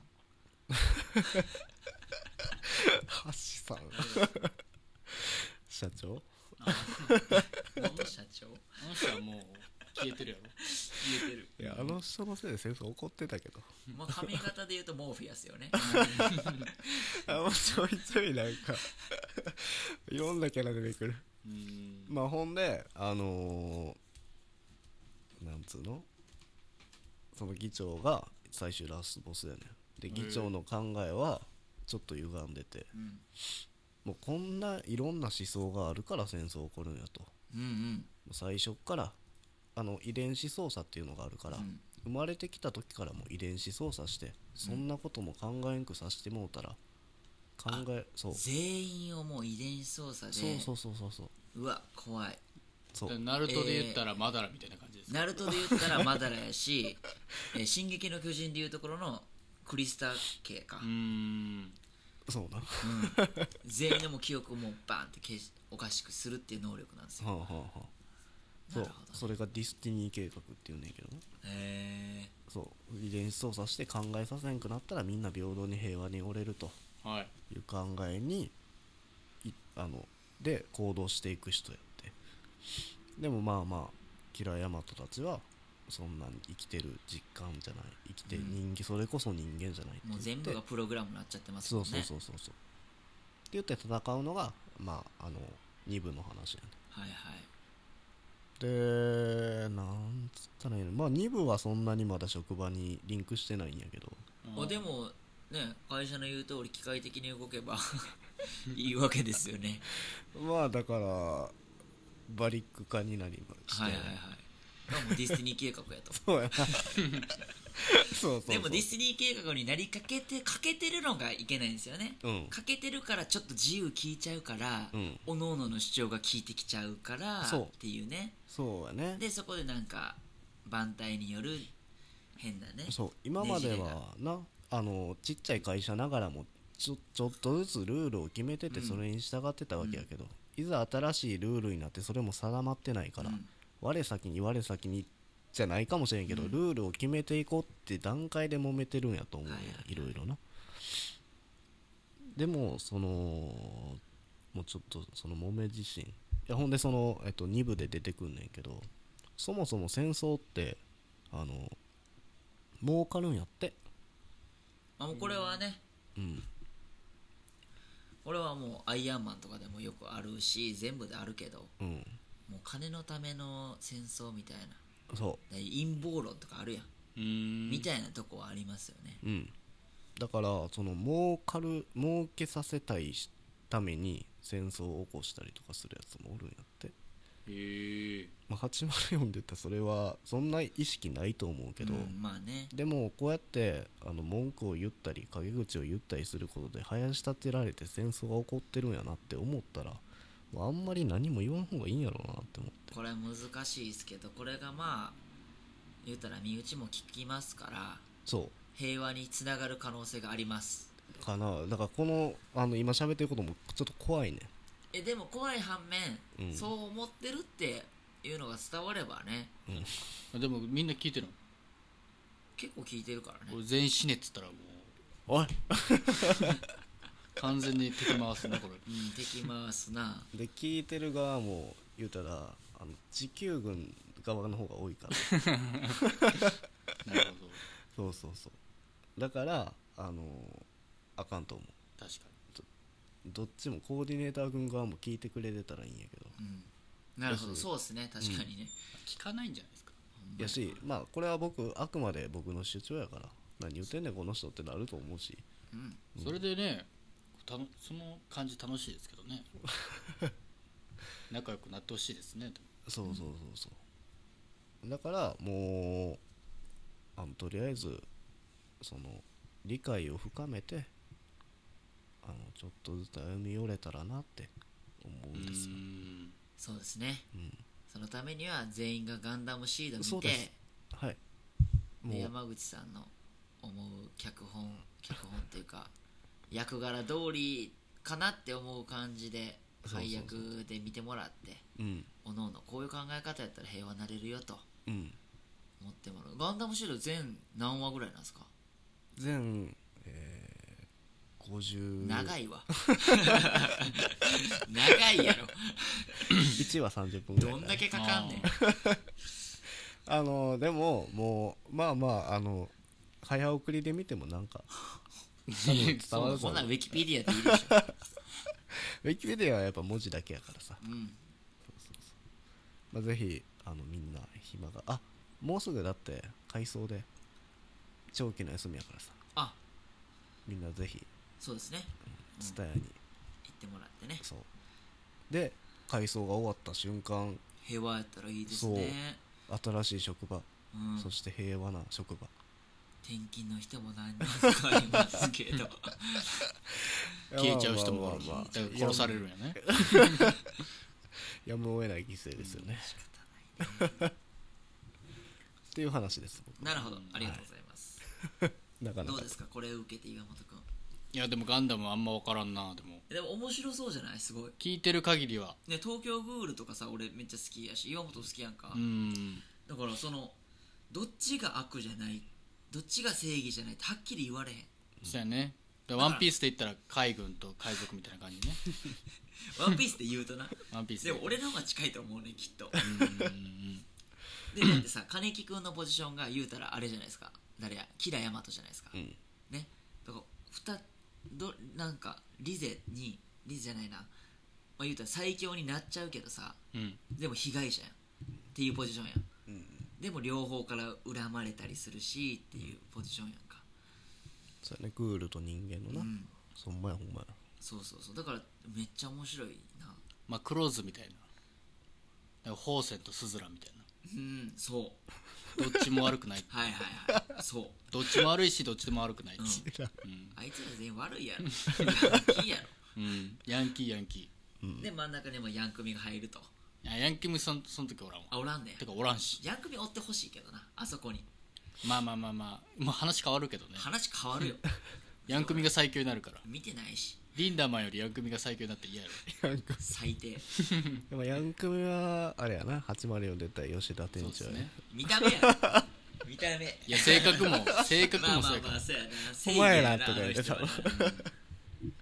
S3: 橋さ ん社長
S1: 元社長
S2: あの人はもう消えてるやろ
S1: 消えてる
S3: いやあの人のせいで戦争起こってたけど
S1: もう髪型で言うとモーフィアスよね
S3: あもうちょいちょいなん かいろんなキャラ出てくる
S2: うーん
S3: まあほんであのーなんつうのその議長が最終ラスボスやねんで
S2: へえ
S3: 議長の考えはちょっと歪んでて、
S1: うん
S3: もうこんないろんな思想があるから戦争起こるんやと
S1: うんうん
S3: 最初っからあの遺伝子操作っていうのがあるから、
S1: うん
S3: 生まれてきた時からもう遺伝子操作してそんなことも考えんくさしてもうたら考えそうそ
S1: 全員をもう遺伝子操作
S3: う
S1: で
S3: そうそうそうそう
S1: うわ怖い
S3: そう
S2: だからナルトで言ったらマダラみたいな感じですね
S1: ナルトで言ったらマダラや し「えー進撃の巨人」でいうところのクリスタ系か、
S2: うーん
S3: そう な、
S1: 全員のもう記憶をもうバンって消しおかしくするっていう能力なんですよ
S3: はあはあはあそ
S1: な
S3: う
S1: るほど
S3: それがディスティニー計画っていうんだけどね
S1: へえ
S3: そう遺伝子操作して考えさせんくなったらみんな平等に平和に折れると
S2: はい
S3: いう考えにいあので行動していく人やってでもまあまあキラヤマトたちはそんなに生きてる実感じゃない生きて
S1: うん
S3: 人間、それこそ人間じゃないって
S1: もう全
S3: 言って
S1: 部がプログラムになっちゃってます
S3: そ
S1: もん
S3: う
S1: ね
S3: そうそうそうそうって言って戦うのがまああの2部の話やね
S1: はいはい
S3: でなんつったらいいのまあ2部はそんなにまだ職場にリンクしてないんやけど
S1: あでもね会社の言う通り機械的に動けば いいわけですよね
S3: まあだからバリック化になりまして、
S1: はいはいはいまあもうディスティニー計画やと
S3: そうやなそうそうそう
S1: でもディスティニー計画になりかけてかけてるのがいけないんですよね
S3: うん
S1: かけてるからちょっと自由聞いちゃうから、
S3: うん
S1: おのおのの主張が聞いてきちゃうから
S3: そう
S1: っていうね
S3: そうやね
S1: でそこでなんか番隊による変なね
S3: そう今まではなあのちっちゃい会社ながらもちょちょっとずつルールを決めてて
S1: うん
S3: それに従ってたわけやけど、いざ新しいルールになってそれも定まってないから、
S1: うん
S3: 我先に我先にじゃないかもしれんけど、
S1: うん
S3: ルールを決めていこうって段階で揉めてるんやと思うよ、
S1: はいはいはい
S3: いろいろなでもそのもうちょっとその揉め自身いやほんでその、えっと、2部で出てくんねんけどそもそも戦争ってあの儲かるんやって
S1: まあ、もうこれはね、
S3: うん
S1: これはもうアイアンマンとかでもよくあるし全部であるけど
S3: うん
S1: もう金のための戦争みたいな
S3: そ
S1: だから陰謀論とかあるやん、
S2: うーん
S1: みたいなとこはありますよね
S3: ううんだからその儲かる儲けさせたいしために戦争を起こしたりとかするやつもおるんやって
S2: へえ
S3: まあ、804で言ったらそれはそんな意識ないと思うけど、
S1: うんまあね
S3: でもこうやってあの文句を言ったり陰口を言ったりすることで林立てられて戦争が起こってるんやなって思ったらもうあんまり何も言わん方がいいんやろうなって思って
S1: これ難しいですけどこれがまあ言うたら身内も聞きますから
S3: そ
S1: 平和につながる可能性があります
S3: うかなだからこのあの今喋ってることもちょっと怖いね
S1: えでも怖い反面、
S3: うん
S1: そう思ってるっていうのが伝わればね
S2: あでもみんな聞いてるの
S1: 結構聞いてるからね
S2: 俺全員死ねっつったらもう
S3: おい
S2: 完全に敵回すなこれ
S1: うん敵回す な
S3: で聞いてる側も言うたらあの地球軍側の方が多いから
S2: なるほど
S3: そうそうそうだからあのあかんと思う
S2: 確か
S3: どっちもコーディネーター軍側も聞いてくれてたらいいんやけど、
S1: うんなるほど
S3: です
S1: そうですね確かにね、
S2: に聞かないんじゃないですか
S3: やしまあこれは僕あくまで僕の主張やから何言ってんねんこの人ってなると思うし
S1: うん
S2: それでねたのその感じ楽しいですけど ね仲良くなってほしいですね
S3: そうそうそうそうだからもうあのとりあえずその理解を深めてあのちょっとずつ歩み寄れたらなって思
S2: う
S3: うんですよ
S2: ん
S1: そうですね
S3: うん
S1: そのためには全員がガンダムシード
S3: そう
S1: 見て
S3: ですはい
S1: で
S3: もう
S1: 山口さんの思う脚本脚本っていうか 役柄通りかなって思う感じで
S3: そうそうそう
S1: 配役で見てもらって
S3: うん
S1: おのおのこういう考え方やったら平和になれるよと
S3: うん
S1: 思ってもらうガンダムシールド全何話ぐらいなんですか
S3: 全えー、50
S1: 長いわ 長いやろ
S3: 1は30分ぐ
S1: ど
S3: らいかなん
S1: だけかか んねん
S2: あ
S3: あのでももうまあまああの早送りで見てもなんか多分伝わ
S1: そ
S3: ると
S1: ん
S3: 思
S1: なん
S3: う
S1: ウィキペディアでいいでしょ、
S3: ウィキペディアはやっぱ文字だけやからさ、
S1: うん、
S3: まあ、ぜひあのみんな暇があもうすぐだって回想で長期の休みやからさ
S1: あ
S3: みんなぜひ
S1: そうですね
S3: 蔦屋に、
S1: 行ってもらってね
S3: そうで回想が終わった瞬間
S1: 平和やったらいいですね
S3: 新しい職場、
S1: う、ん、
S3: そして平和な職場
S1: 転勤の人も何人かいますけど
S2: 消えちゃう人もおる
S3: まあまあまあ
S2: だから殺されるんやね
S3: やむを得ない犠牲ですよね、
S1: 仕方ない
S3: っていう話です僕
S1: なるほど、ありがとうございます。
S3: なかな
S1: ど
S3: か
S1: うですか、これを受けて岩本君。
S2: いやでもガンダムあんま分からんなでも
S1: でも面白そうじゃないすごい。
S2: 聞いてる限りは
S1: ね、東京グールとかさ、俺めっちゃ好きやし、岩本好きやんか。
S2: うん
S1: だからその、どっちが悪じゃない、どっちが正義じゃないってはっきり言われへん。
S2: そうやねだからワンピースで言ったら海軍と海賊みたいな感じね
S1: ワンピースって言うとな。
S2: ワンピース
S1: でも俺の方が近いと思うね、きっと。
S2: うん
S1: で、だってさ、金木君のポジションが言うたらあれじゃないですか。誰や、キラヤマトじゃないですか。
S3: うん
S1: ね。だから、ふた、ど、なんか、リゼに、リゼじゃないな。まあ言うたら最強になっちゃうけどさ、
S2: うん
S1: でも被害者やんっていうポジションやん
S3: うん
S1: でも両方から恨まれたりするしっていうポジションやんか、
S3: そうやねグールと人間のな、
S1: うん、
S3: そんまやほんまや
S1: そうそうそうだからめっちゃ面白いな
S2: まあクローズみたいなだからホーセンとスズラみたい
S1: うんそう
S2: などっちも悪くない
S1: はいはいはい そう
S2: どっちも悪いしどっちでも悪くないってうん
S1: あいつら全員悪い やろヤンキーや
S2: うんヤンキーヤンキ
S1: ろで真ん中にもヤンクミが入ると
S2: ーあヤンキーもそんその時おらんわ
S1: あおらんねん
S2: てかおらんし
S1: ヤンクミ追ってほしいけどなあそこに
S2: まあまあまあまあもう話変わるけどね
S1: 話変わるよ
S2: ヤンクミが最強になるから
S1: 見てないし
S2: リンダーマンよりヤンクミが最強になって嫌やろ
S1: 最低
S3: でもヤンクミはあれやな804出た吉田店
S2: そうです
S3: 長や
S2: ね
S3: ね
S1: 見た目や 見た目
S2: いや性格も 性格
S1: まあ
S2: も
S1: ま
S2: そ
S1: あ
S2: うやか
S1: まあ
S2: ら
S1: そうやな正
S3: お
S1: 義
S3: 前
S1: や
S3: ら
S1: な
S3: とか言ってた
S1: あの人はない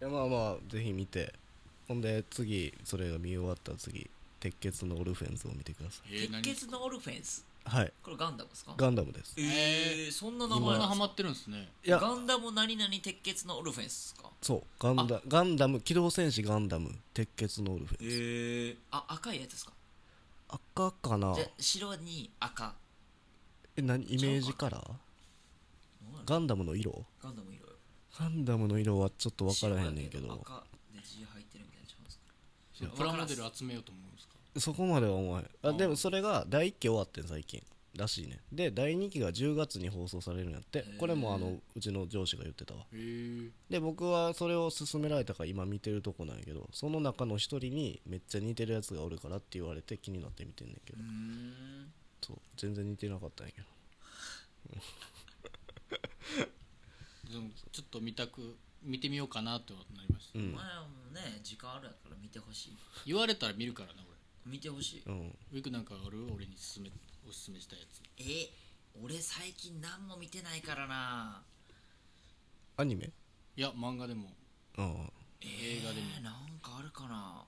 S3: やまあまあぜひ見てほんで次それが見終わったら次鉄血のオルフェンズを見てくださ
S2: えー何
S1: 鉄血のオルフェンス
S3: いはい
S1: これガンダムですか
S3: ガンダムです
S1: えー、そんな名
S2: そん
S1: 前
S2: な
S1: な
S2: ハ
S1: ん
S2: マ
S1: で
S2: ってるんですね
S3: い
S1: すか
S3: や
S1: ガンダム何々鉄血のオルフェンスですか
S3: そうガンダガンダム機動戦士ガンダム鉄血のオルフェンズ
S1: へえあ赤いやつですか
S3: 赤かな
S1: じゃ白に赤
S3: え何イメージカラーガンダムの色
S1: ガンダム色よ
S3: ガンダムの色はちょっと分からへんねんけ
S1: 白や
S3: ど
S1: 赤で字入ってるみたいなちゃうんですか
S2: そのプラモデル集めようと思うんですか
S3: そこまでは思えあでもそれが第1期終わってん最近らしいねで第2期が10月に放送されるんやってこれもあのうちの上司が言ってたわ
S2: へえ
S3: で僕はそれを勧められたから今見てるとこなんやけどその中の一人にめっちゃ似てるやつがおるからって言われて気になって見てんねんけど、
S1: うーん
S3: そう全然似てなかったんやけど
S2: でもちょっと見たく見てみようかなとなりました、
S3: うん
S1: 前はもうね時間あるやから見てほしい
S2: 言われたら見るからな俺
S1: 見てほしい
S3: うん
S2: ウィクなんかある俺に勧めおすすめしたやつ
S1: え俺最近何も見てないからな
S3: アニメ
S2: いや漫画でも
S3: うん
S1: 映
S2: 画でも
S1: なんかあるかな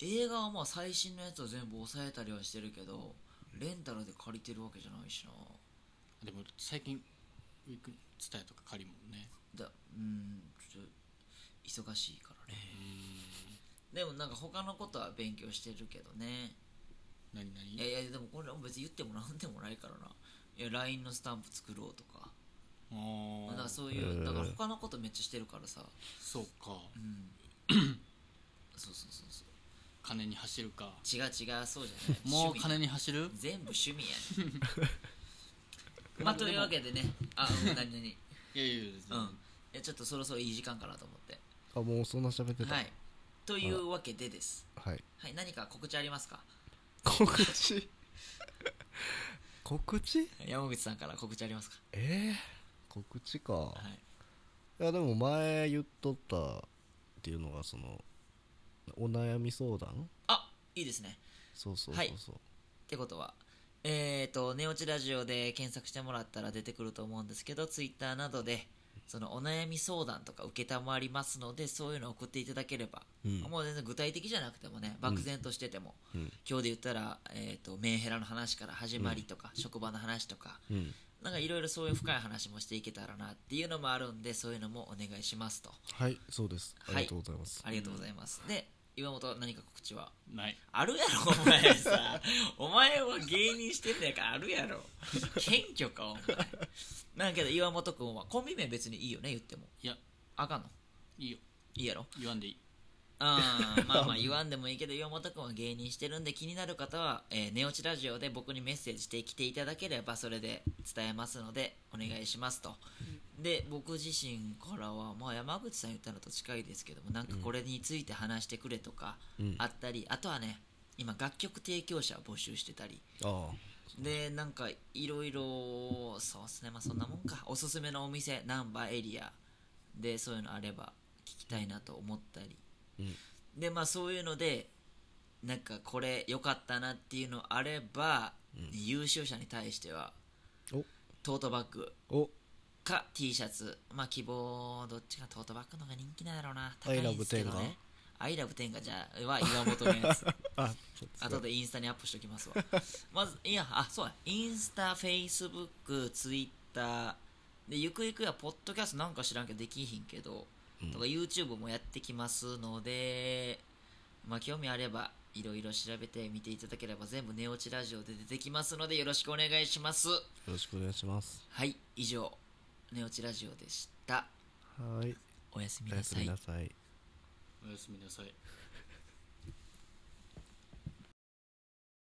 S1: 映画はまあ最新のやつを全部抑えたりはしてるけどレンタルで借りてるわけじゃないしな
S2: でも最近ウィクツタヤとか借りもんね
S1: だうんちょっと忙しいからねでもなんか他のことは勉強してるけどね
S2: 何
S1: い
S2: 何
S1: やいやでもこれは別に言ってもなんでもないからないや LINE のスタンプ作ろうとか
S2: あ
S1: だから
S2: あ
S1: そう
S3: へ
S1: いう
S3: ー
S1: だから他のことめっちゃしてるからさ
S2: そうか
S1: うんそうそうそうそう
S2: 金に走るか
S1: 違う違うそうじゃない
S2: もう
S1: 趣味
S2: 金に走る
S1: 全部趣味やね まあというわけでねあうん何々
S2: いやいやいや全然
S1: うんえちょっとそろそろいい時間かなと思って
S3: あもうそんな喋ってた
S1: はいというわけでです
S3: はい
S1: はい何か告知ありますか
S3: 告 知告知
S1: 山口さんから告知ありますか
S3: えー、告知か、
S1: はい
S3: いやでも前言っとったっていうのがそのお悩み相談
S1: あいいですね
S3: そうそうそうそ
S1: は
S3: う、
S1: いってことはえっ、と「寝落ちラジオ」で検索してもらったら出てくると思うんですけどツイッターなどでそのお悩み相談とか承りますのでそういうのを送っていただければ、
S3: うん
S1: もう全然具体的じゃなくてもね漠然としてても、
S3: うん
S1: 今日で言ったら、えー、とメンヘラの話から始まりとか、職場の話とか
S3: うん
S1: なんかいろいろそういう深い話もしていけたらなっていうのもあるんでそういうのもお願いしますと
S3: はいそうですあ
S1: はい
S3: りがとうございます、
S1: ありがとうございます、で岩本何か告知は
S2: ない
S1: あるやろお前 さお前は芸人してんだからあるやろ謙虚かお前なんかけど岩本君はコンビ名別にいいよね言っても
S2: いや
S1: あかんの
S2: いいよ
S1: いいやろ
S2: 言わんでいい
S1: うんまあまあ言わんでもいいけど岩本君は芸人してるんで気になる方は「えー、寝落ちラジオ」で僕にメッセージしてきていただければそれで伝えますのでお願いしますとで僕自身からは、まあ、山口さん言ったのと近いですけどもなんかこれについて話してくれとか
S3: うん
S1: あったり、あとはね今楽曲提供者を募集してたり
S3: ああ
S1: でなんかいろいろそうですねまあそんなもんかおすすめのお店ナンバーエリアでそういうのあれば聞きたいなと思ったり、
S3: うん
S1: でまあそういうのでなんかこれ良かったなっていうのあれば、優勝者に対しては
S3: お
S1: トートバッグ
S3: お
S1: か T シャツまあ希望どっちかトートバッグの方が人気なんやろうな高いんですけどねアイラブ天下じゃは岩本のやつ
S3: あ
S1: 後でインスタにアップしておきますわまずいやあそうやインスタフェイスブックツイッターでゆくゆくはポッドキャストなんか知らんけどできひんけど、とか YouTube もやってきますのでまあ興味あればいろいろ調べてみていただければ全部寝落ちラジオで出てきますのでよろしくお願いします
S3: よろしくお願いします
S1: はい以上寝落ちラジオでした
S3: はい
S1: おやすみ
S3: お
S1: な
S3: やす
S1: さ
S3: み
S1: い
S3: なさい
S2: おやすみなさい